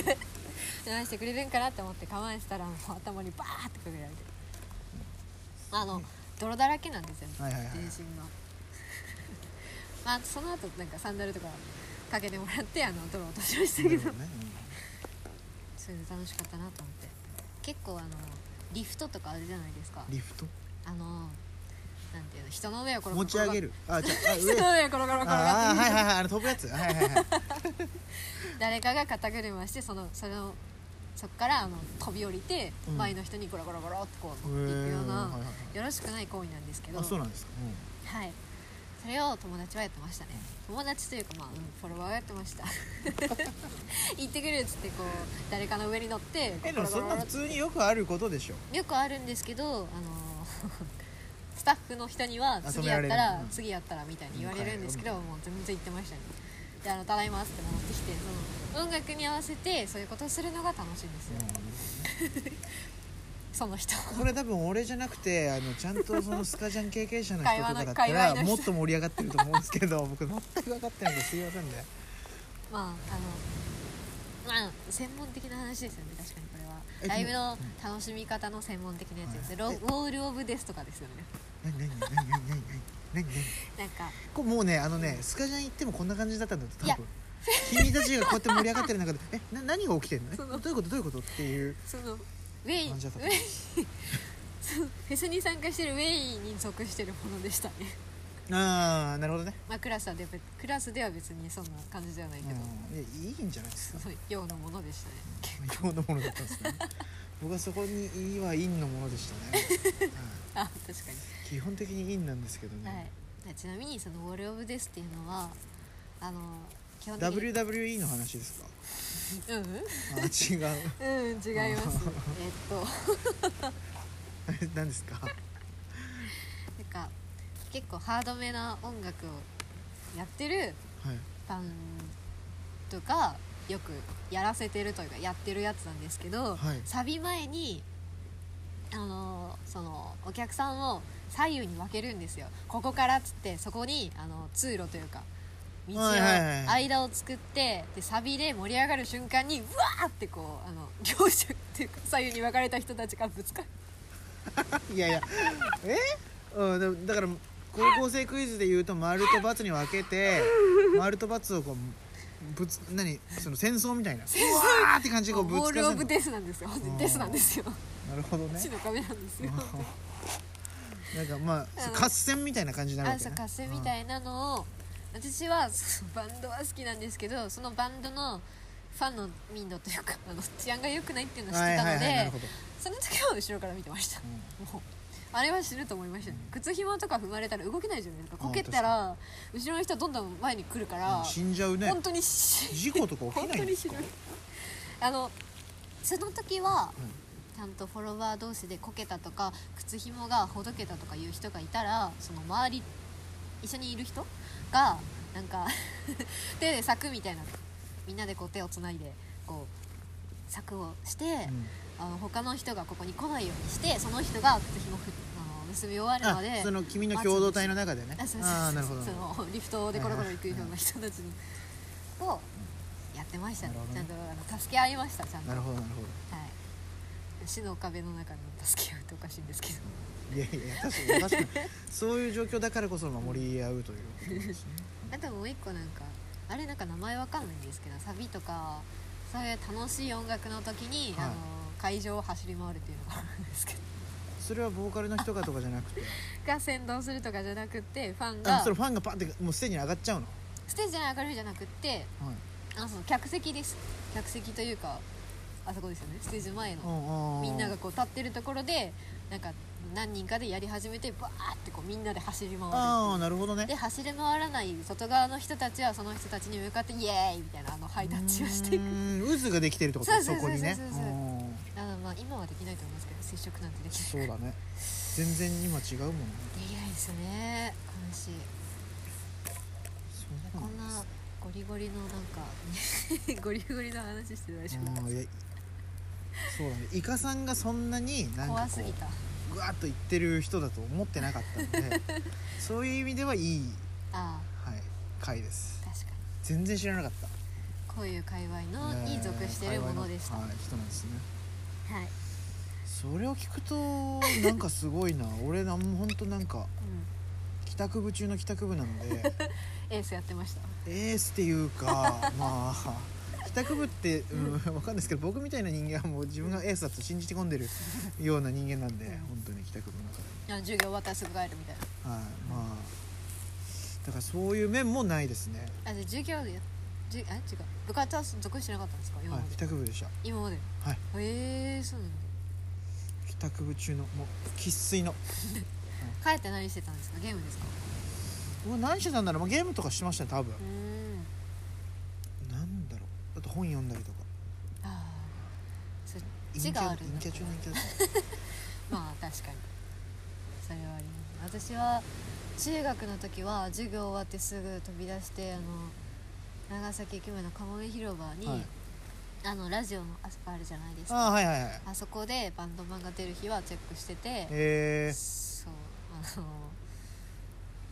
Speaker 2: してくれるんかなって思って構えてたらもう頭にバーってかけられてあの泥だらけなんですよ
Speaker 1: はいはいはい
Speaker 2: 全身が まあその後なんかサンダルとかかけてもらってあの泥落としましたけど
Speaker 1: ね、
Speaker 2: それで楽しかったなと思って結構あのリフトとかあるじゃないですか
Speaker 1: うんリフト
Speaker 2: あのなんていうの人の上をコロコロ
Speaker 1: 持ち上げるあじゃああ
Speaker 2: 人
Speaker 1: 上
Speaker 2: の上をコロコロコロコロ
Speaker 1: ああーはいはいはいあの飛ぶやつはい はいはい
Speaker 2: 誰かが肩車してそのそれをそっからあの飛び降りて、
Speaker 1: うん
Speaker 2: 前の人にゴロゴロゴロってこう
Speaker 1: へー
Speaker 2: 行くような
Speaker 1: はいはいは
Speaker 2: よろしくない行為なんですけど
Speaker 1: あそうなんですか、
Speaker 2: はいそれを友達はやってましたね友達というかまあ、うんフォロワーがやって ました 行ってくるっつってこう誰かの上に乗って
Speaker 1: うん、えでもそんな普
Speaker 2: って
Speaker 1: 通によくあることでしょ
Speaker 2: よくあるんですけどあの スタッフの人には
Speaker 1: あ
Speaker 2: 次やっ
Speaker 1: 止められ
Speaker 2: たら
Speaker 1: る、うん
Speaker 2: 次やったらみたいに言われるんですけど
Speaker 1: う
Speaker 2: もう全然言ってましたねであの「ただいま」っつって戻ってきてその音楽に合わせてそういうことをするのが楽しいんですよ、その人
Speaker 1: これ多分俺じゃなくてあのちゃんとそのスカジャン経験者の人とかだった
Speaker 2: 界隈
Speaker 1: ら
Speaker 2: の
Speaker 1: もっと盛り上がってると思うんですけど 僕全く分かってないんですいませんね
Speaker 2: まああのまあ専門的な話ですよね確かにこれは
Speaker 1: え
Speaker 2: ライブの楽しみ方の専門的なやつですねロ
Speaker 1: はい
Speaker 2: ウォール・オブ・デスとかですよね
Speaker 1: 何何何何何何何何
Speaker 2: なんか
Speaker 1: こうもうねあのねスカジャン行ってもこんな感じだったんだって
Speaker 2: い
Speaker 1: 多
Speaker 2: や
Speaker 1: 分君たちがこうやって盛り上がってる中で「えな何が起きてんのえどういうことどういうこと?」っていう
Speaker 2: そのウェイウ
Speaker 1: 感じだった
Speaker 2: ェイ そうフェスに参加してるウェイに属してるものでしたね
Speaker 1: ああなるほどね
Speaker 2: まあクラスはでクラスでは別にそんな感じではないけど、
Speaker 1: うんいやいいんじゃないですか
Speaker 2: そうようなものでしたね
Speaker 1: 今日のものだったんですね僕はそこに「い」は「陰のものでしたね、は
Speaker 2: あ確かに
Speaker 1: い基本的に「陰なんですけど
Speaker 2: はい
Speaker 1: ね、
Speaker 2: でちなみにその「ウォール・オブ・デス」っていうのはあの基本的に
Speaker 1: WWE の話ですか
Speaker 2: うんうん
Speaker 1: あ違う
Speaker 2: うん違いますえっと
Speaker 1: 何ですか
Speaker 2: なんか結構ハードめな音楽をやってる
Speaker 1: はい
Speaker 2: バンドがよくやらせてるというかやってるやつなんですけど、
Speaker 1: はい
Speaker 2: サビ前にあのーそのお客さんを左右に分けるんですよここからっつってそこにあの通路というか道を
Speaker 1: はいはいはい
Speaker 2: 間を作ってでサビで盛り上がる瞬間にうわーってこうあの両者っていうか左右に分かれた人たちがぶつかる
Speaker 1: いやいやえ、うん、だだから高校生クイズで言うと丸と×に分けて丸と×をこうぶつ何その戦争みたいなうわーって感じでこうぶ
Speaker 2: ボー
Speaker 1: つか
Speaker 2: ル・オ
Speaker 1: せ
Speaker 2: ブ・
Speaker 1: る
Speaker 2: デスなんですよ
Speaker 1: ん
Speaker 2: デスなんですよ
Speaker 1: なるほどね
Speaker 2: 死の壁なんですよ
Speaker 1: なんかまあ
Speaker 2: うん
Speaker 1: 合戦みたいな感じになるわ
Speaker 2: あ
Speaker 1: け、
Speaker 2: そ
Speaker 1: ね
Speaker 2: う、合戦みたいなのを私はそのバンドは好きなんですけどそのバンドのファンの民度というかあの治安が良くないっていうのを知っ
Speaker 1: は
Speaker 2: て
Speaker 1: いは
Speaker 2: た
Speaker 1: い
Speaker 2: の
Speaker 1: はいなるほ
Speaker 2: で
Speaker 1: ど、
Speaker 2: その時は後ろから見てましたもうあれは知ると思いましたね靴紐とか踏まれたら動けないじゃないです
Speaker 1: う
Speaker 2: か
Speaker 1: ん
Speaker 2: こけたら後ろの人どんどん前に来るか
Speaker 1: う
Speaker 2: ら
Speaker 1: ん死んじゃうね
Speaker 2: 本当にし
Speaker 1: 事故とか起
Speaker 2: 本
Speaker 1: きないん
Speaker 2: 当に
Speaker 1: です
Speaker 2: ひ
Speaker 1: か
Speaker 2: どいあのその時は
Speaker 1: うん
Speaker 2: ちゃんとフォロワー同士でこけたとか靴ひもがほどけたとかいう人がいたらその周り一緒にいる人がなんか 手で柵みたいなみんなでこう手をつないでこう柵をして、
Speaker 1: うん
Speaker 2: あの他の人がここに来ないようにしてその人が靴ひもふあの結び終わる
Speaker 1: あ
Speaker 2: まで
Speaker 1: その君の共同体の中でね
Speaker 2: あそうそうそう
Speaker 1: ああなるほど
Speaker 2: そ
Speaker 1: な
Speaker 2: のリフトでコロコロ行くような人たちのをやってましたね
Speaker 1: なるほ
Speaker 2: ち
Speaker 1: ど
Speaker 2: ゃん
Speaker 1: ね
Speaker 2: とあの助け合いましたちゃんと
Speaker 1: るほどなるほ
Speaker 2: はい死の壁の中の助け合いっておかしいんですけど
Speaker 1: どいやいや確かに確かにそういう状況だからこそ守り合うということですね
Speaker 2: あともう一個なんかあれなんか名前わかんないんですけどサビとかそういう楽しい音楽の時に、
Speaker 1: はい
Speaker 2: あの会場を走り回るっていうのがあるんですけど
Speaker 1: それはボーカルの人がとかじゃなくて
Speaker 2: が先導するとかじゃなくてファン
Speaker 1: あ
Speaker 2: が
Speaker 1: それファンがパンってもうステージに上がっちゃうの、
Speaker 2: ステージに上がるじゃなくって
Speaker 1: はい、
Speaker 2: あその客席です客席というかあそこですよねステージ前の
Speaker 1: うんうん
Speaker 2: みんながこう立ってるところでなんか何人かでやり始めてバーってこうみんなで走り回る
Speaker 1: ああなるほどね
Speaker 2: で走り回らない外側の人たちはその人たちに向かってイエーイみたいなあのハイタッチをしていうく
Speaker 1: ーん渦ができてるってことね
Speaker 2: そう
Speaker 1: そ
Speaker 2: そうそう
Speaker 1: こにね
Speaker 2: そうそうそうあのまあ今はできないと思いますけど接触なんてでき
Speaker 1: うんそうだね全然今違うもんね
Speaker 2: ないできないですよね悲しい
Speaker 1: そう
Speaker 2: こ
Speaker 1: なん
Speaker 2: ん
Speaker 1: です
Speaker 2: なゴリゴリのなんか ゴリゴリの話して大丈夫
Speaker 1: うんいやそうだねイカさんがそんなになんか
Speaker 2: 怖
Speaker 1: こ
Speaker 2: すぎた
Speaker 1: うグワッと言ってる人だと思ってなかったの でそういう意味ではいい、
Speaker 2: ああ
Speaker 1: はい、回です
Speaker 2: 確かに
Speaker 1: 全然知らなかった
Speaker 2: こういう界隈の
Speaker 1: ねえ
Speaker 2: に属してるものでした、
Speaker 1: 界隈のはい、人なんですね
Speaker 2: はい、
Speaker 1: それを聞くとなんかすごいな俺なんもほんとなんか
Speaker 2: うん、
Speaker 1: 帰宅部中の帰宅部なので
Speaker 2: エースやってました
Speaker 1: エースっていうか まあ帰宅部って、うん、わかんないですけど僕みたいな人間はもう自分がエースだと信じて込んでるような人間なんで
Speaker 2: うん
Speaker 1: 本当に帰宅部の中で
Speaker 2: あの授業終わったらすぐ帰るみたいな
Speaker 1: はいまあだからそういう面もないですね、
Speaker 2: あで授業でじゅあ違う部活は属してなかったんですか今
Speaker 1: は
Speaker 2: ま
Speaker 1: い
Speaker 2: で、、
Speaker 1: 帰宅部でした
Speaker 2: 今まで
Speaker 1: はい
Speaker 2: ええー、そうなんだ
Speaker 1: 帰宅部中のもう生粋の
Speaker 2: 帰って何してたんですかゲームですか
Speaker 1: 僕何してたんだろう、まあ、ゲームとかしてましたね多分
Speaker 2: うーん
Speaker 1: なんだろうあと本読んだりとか
Speaker 2: ああそ
Speaker 1: 陰
Speaker 2: 字
Speaker 1: キャ
Speaker 2: がある
Speaker 1: 陰キャ中の陰キャだった
Speaker 2: まあ確かにそれはあります私は中学の時は授業終わってすぐ飛び出してあの長崎駅前の鴨上広場に、
Speaker 1: はい
Speaker 2: あのラジオのあそこあるじゃないですか
Speaker 1: ああはいはいはい
Speaker 2: あそこでバンドマンが出る日はチェックしてて
Speaker 1: え
Speaker 2: そうあの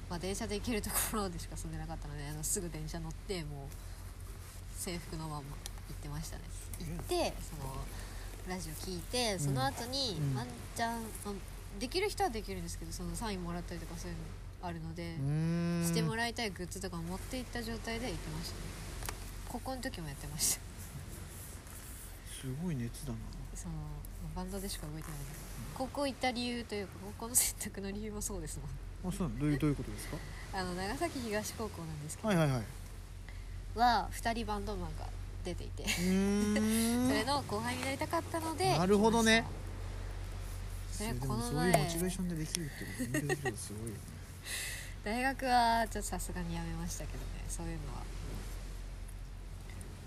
Speaker 2: まあ電車で行けるところでしか住んでなかったのであのすぐ電車乗ってもう制服のまま行ってましたね行ってそのラジオ聞いてその後に
Speaker 1: うん
Speaker 2: ワンチャン、まあできる人はできるんですけどそのサインもらったりとかそういうのあるので
Speaker 1: ー、う、ーん
Speaker 2: してもらいたいグッズとか持って行った状態で行ってましたね高校の時もやってました
Speaker 1: すごい熱だな
Speaker 2: そのバンドでしか動いてないので高校行った理由というか高校の選択の理由もそうですもん
Speaker 1: あそうなのどういうどういうことですか
Speaker 2: あの長崎東高校なんですけど、
Speaker 1: はいはいはいう
Speaker 2: は2人バンドマンが出ていて、
Speaker 1: ーん
Speaker 2: それの後輩になりたかったので
Speaker 1: なるほどね
Speaker 2: それ
Speaker 1: で
Speaker 2: こ
Speaker 1: も
Speaker 2: の
Speaker 1: そうい
Speaker 2: 前
Speaker 1: うモチベーションでできるってこと勉強できるのすごいよね
Speaker 2: 大学はちょっとさすがにやめましたけどねそういうのは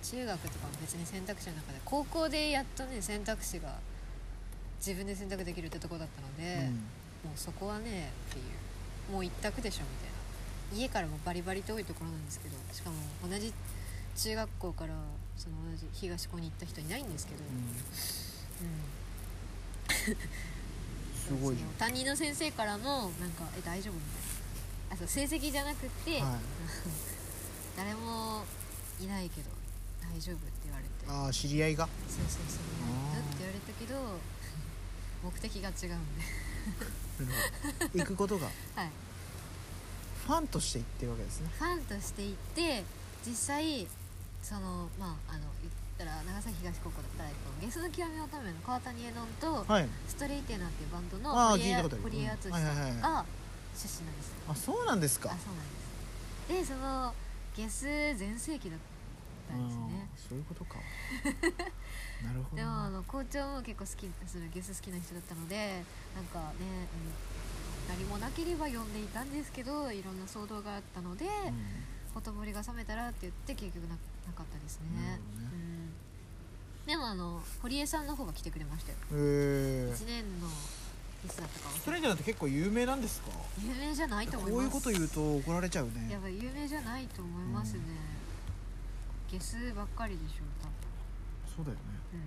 Speaker 2: 中学とかも別に選択肢の中で高校でやっとね選択肢が自分で選択できるってとこだったので、もうそこはねっていうもう一択でしょみたいな家からもバリバリ遠いところなんですけどしかも同じ中学校からその同じ東高に行った人いないんですけど、
Speaker 1: うん、うんん、す
Speaker 2: う、
Speaker 1: ごいじ
Speaker 2: その担任の先生からもなんか「え大丈夫?」みたいなあそう成績じゃなくて、
Speaker 1: ゃん、はい、
Speaker 2: 誰もいないけど大丈夫って言われて
Speaker 1: ああ知り合いが
Speaker 2: そうそうそう
Speaker 1: あー
Speaker 2: うんって言われたけど 目的が違うんで
Speaker 1: 行くことが
Speaker 2: はい
Speaker 1: ファンとして行ってるわけですね
Speaker 2: ファンとして行って実際そのまああの言ったら長崎東高校だったら、えっと、ゲスの極み乙女の川谷絵音と、
Speaker 1: はい
Speaker 2: ストレイテナーっていうバンドの
Speaker 1: あー
Speaker 2: 堀江
Speaker 1: 聞いた
Speaker 2: 敦
Speaker 1: ことある
Speaker 2: 史さん
Speaker 1: うんはいはいはい
Speaker 2: が出身なんですよ
Speaker 1: あそうなんですか
Speaker 2: あそうなんですでそのゲス全盛期だったんですよね
Speaker 1: うんそういう ことかなるほど
Speaker 2: でもあ
Speaker 1: な
Speaker 2: の校長も結構好きするゲス好きな人だったのでなんかね、うん何もなければ呼んでいたんですけどいろんな騒動があったので、
Speaker 1: うん
Speaker 2: ほとぼりが冷めたらって言って結局ななかったですね
Speaker 1: なるほどね
Speaker 2: うん、ででもあの堀江さんの方が来てくれましたよ
Speaker 1: え
Speaker 2: 1年のいつだったか
Speaker 1: ス
Speaker 2: 忘
Speaker 1: ト
Speaker 2: れ
Speaker 1: レンジャーなんて結構有名なんですか
Speaker 2: 有名じゃないと思い
Speaker 1: こ
Speaker 2: ます
Speaker 1: ういうこと言うと怒られちゃう
Speaker 2: や
Speaker 1: ね
Speaker 2: ばい有名じゃないと思いますね、ゲスばっかりでしょ多分
Speaker 1: そうだよね
Speaker 2: うん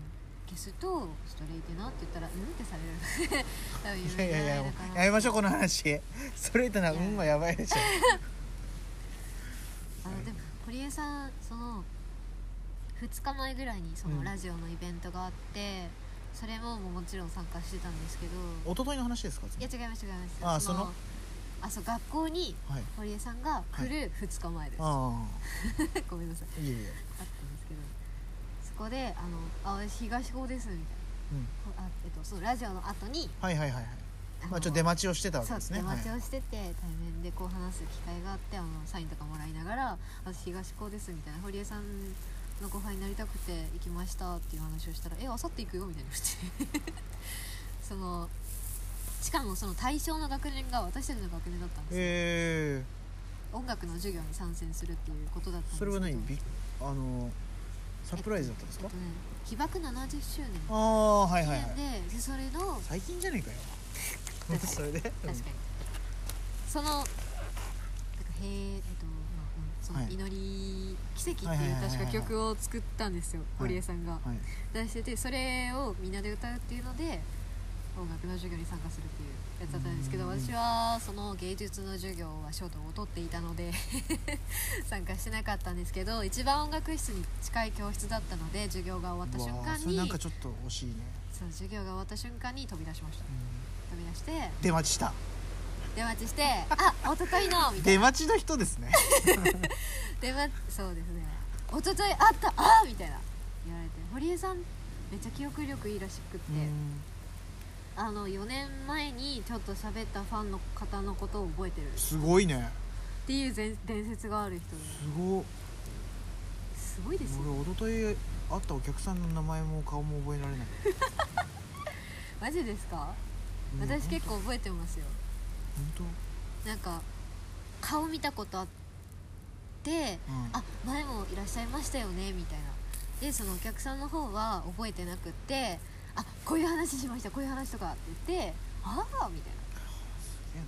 Speaker 2: ゲスとストレイテナって言ったら「うん?」ってされる多分有
Speaker 1: いや
Speaker 2: 名
Speaker 1: い
Speaker 2: じゃ
Speaker 1: やいや
Speaker 2: ない
Speaker 1: も
Speaker 2: だか
Speaker 1: う
Speaker 2: ら
Speaker 1: やめましょうこの話 ストレートな「
Speaker 2: いや
Speaker 1: うん」はやばいでし ょ
Speaker 2: あのでも堀江さんその2日前ぐらいにそうの
Speaker 1: ん
Speaker 2: ラジオのイベントがあって、それももちろん参加してたんですけど
Speaker 1: 一昨日の話ですか
Speaker 2: いや違います違います
Speaker 1: あその
Speaker 2: あそう学校に
Speaker 1: はい
Speaker 2: 堀江さんが来る2日前です、
Speaker 1: あ
Speaker 2: ごめんなさい
Speaker 1: あいえいえ
Speaker 2: あったんですけどそこで「あのあ私東高です」みたい
Speaker 1: うん
Speaker 2: なあ、えっと、そうラジオの後に
Speaker 1: はいはいはいはい
Speaker 2: あの
Speaker 1: まあちょっと出待ちをしてたわけ
Speaker 2: そう
Speaker 1: ですね
Speaker 2: 出待ち
Speaker 1: はい
Speaker 2: をしてて、対面でこう話す機会があってあのサインとかもらいながら「私東高です」みたいな「堀江さんの後輩になりたくて行きました」っていう話をしたら「え明後日行くよ」みたいな普通に そのしかもその対象の学年が私たちの学年だったんですよ、
Speaker 1: え
Speaker 2: 音楽の授業に参戦するっていうことだったんで
Speaker 1: ー
Speaker 2: す
Speaker 1: そ
Speaker 2: け
Speaker 1: れ
Speaker 2: ど
Speaker 1: は何びあのサプライズだったんです
Speaker 2: え
Speaker 1: か
Speaker 2: っとね被爆70周年
Speaker 1: ああはい
Speaker 2: 記
Speaker 1: はい
Speaker 2: 念
Speaker 1: はい
Speaker 2: で,、でそれの
Speaker 1: 最近じゃねえかよ
Speaker 2: 確かに
Speaker 1: それで
Speaker 2: 確かにそのなんかへえっと、まあうん、その
Speaker 1: はい
Speaker 2: 祈り、奇跡
Speaker 1: はい
Speaker 2: っ
Speaker 1: は
Speaker 2: て
Speaker 1: い
Speaker 2: い
Speaker 1: はい
Speaker 2: う
Speaker 1: はいはい
Speaker 2: 確か曲を作ったんですよ、堀江さんが
Speaker 1: うんはい
Speaker 2: 出しててそれをみんなで歌うっていうので音楽の授業に参加するっていうやつだったんですけど
Speaker 1: うん
Speaker 2: 私はその芸術の授業はショートを取っていたので 参加してなかったんですけど一番音楽室に近い教室だったので授業が終わった瞬
Speaker 1: うわ
Speaker 2: 間
Speaker 1: ーそれ
Speaker 2: に
Speaker 1: なんかちょっと惜しいね、
Speaker 2: そう授業が終わった瞬間に飛び出しました飛び出して
Speaker 1: 出待ちした
Speaker 2: 出待ちして「あ一昨日の」みたいな
Speaker 1: 出待ちの人ですね
Speaker 2: 出待ちそうですね「一昨日あったあみたいな言われて堀江さんめっちゃ記憶力いいらしくっ
Speaker 1: う
Speaker 2: て、
Speaker 1: ん
Speaker 2: あの4年前にちょっと喋ったファンの方のことを覚えてるっ
Speaker 1: すごいね
Speaker 2: ていう前伝説がある人です
Speaker 1: ごっ
Speaker 2: すごいですよ
Speaker 1: 俺一昨日会ったお客さんの名前も顔も覚えられない、
Speaker 2: マジですか
Speaker 1: うん
Speaker 2: 私結構覚えてますよ
Speaker 1: 本
Speaker 2: なんか顔見たことあって
Speaker 1: 当、うん、
Speaker 2: あ前もいらっしゃいましたよねみたいなでそのお客さんの方は覚えてなくってあこういう話しましたこういう話とかって言ってああみたいな
Speaker 1: すげえな
Speaker 2: っ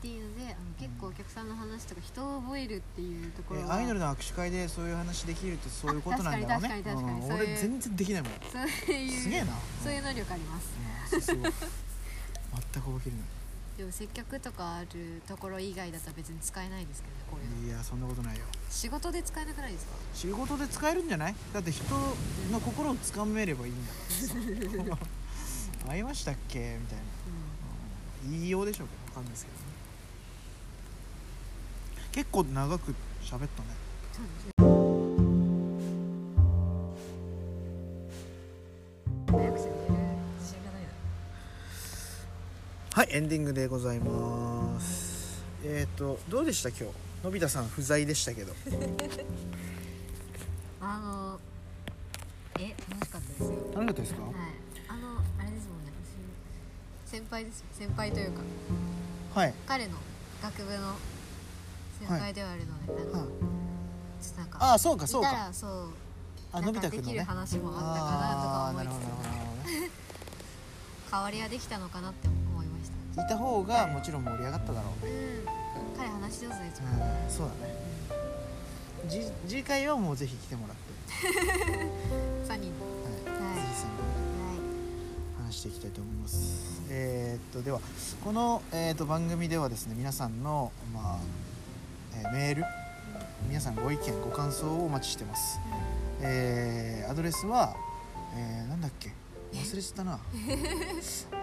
Speaker 2: ていうのであの結構お客さんの話とか人を覚えるっていうところ
Speaker 1: え
Speaker 2: は
Speaker 1: アイドルの握手会でそういう話できるってそういうことなんだろうね
Speaker 2: あ確かに確かに確
Speaker 1: う
Speaker 2: かに
Speaker 1: ん
Speaker 2: そういう
Speaker 1: 俺全然できないもん
Speaker 2: そういう
Speaker 1: すげえな
Speaker 2: そういう能力あります
Speaker 1: うんすごい全く覚えきれな
Speaker 2: でも接客とかあるところ以外だと別に使えないですけどねこういうの
Speaker 1: いいやそんなことないよ
Speaker 2: 仕事で使えなくないですか
Speaker 1: 仕事で使えるんじゃないだって人の心をつかめればいいんだから さ会いましたっけみたいなう
Speaker 2: う
Speaker 1: ん言いようでしょうけど分かんないですけどね結構長く喋ったね
Speaker 2: んそうですね早くしてくれる自信がないな
Speaker 1: はいエンディングでございますえっ、とどうでした今日のび太さん不在でしたけど
Speaker 2: あのえ楽しかったですよはい
Speaker 1: 楽しかったですか
Speaker 2: あのあれですもんね私先輩です先輩というか
Speaker 1: はい、
Speaker 2: 彼の学部の先輩ではあるので、なんかちょっとなんか
Speaker 1: ああそうかそう
Speaker 2: いた
Speaker 1: から
Speaker 2: そう
Speaker 1: あ
Speaker 2: な
Speaker 1: の
Speaker 2: ん
Speaker 1: び
Speaker 2: か
Speaker 1: 太
Speaker 2: で
Speaker 1: くんの
Speaker 2: きる
Speaker 1: ね
Speaker 2: 話も
Speaker 1: あ
Speaker 2: あっ
Speaker 1: ーな
Speaker 2: たか
Speaker 1: る
Speaker 2: な
Speaker 1: ほどなる
Speaker 2: とか思い
Speaker 1: ほどなるほどね
Speaker 2: つつ代わりはできたのかなって思いました
Speaker 1: いた方がもちろん盛り上がっただろうね
Speaker 2: うん彼話し上手ですもん
Speaker 1: うんそうだねじ次回はもうぜひ来てもらって、
Speaker 2: 3人
Speaker 1: はい
Speaker 2: はい
Speaker 1: ぜひその話していきたいと思います。えーっとではこの、えーっと番組ではですね皆さんの、まあえーメール皆さんご意見ご感想をお待ちしてます。えーアドレスは、えーなんだっけ忘れてたな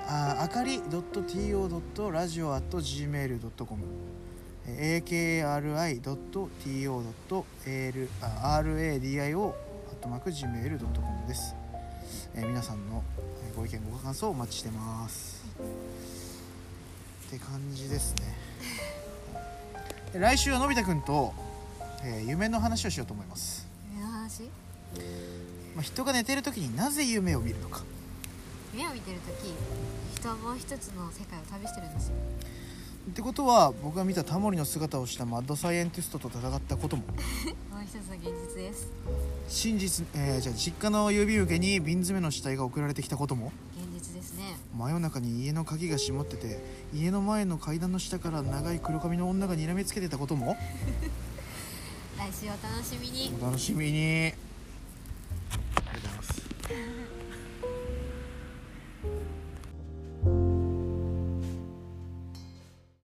Speaker 1: あーあかり .to.radio.gmail.com えー akari.to.radio.gmail.com です、えー皆さんのえーご意見ご感想をお待ちしてますって感じですねで来週はのび太くんと、えー夢の話をしようと思います
Speaker 2: 夢の話
Speaker 1: まあ、人が寝てる時になぜ夢を見るのか
Speaker 2: 夢を見てるとき人はもう一つの世界を旅してるんですよ
Speaker 1: ってことは僕が見たタモリの姿をしたマッドサイエンティストと戦ったことも
Speaker 2: もう一つの現実です
Speaker 1: 真実、えーじゃあ実家の郵便受けに瓶詰めの死体が送られてきたことも
Speaker 2: 現実ですね
Speaker 1: 真夜中に家の鍵が閉まってて家の前の階段の下から長い黒髪の女が睨みつけてたことも
Speaker 2: 来週お楽しみに
Speaker 1: お楽しみにありがとうございます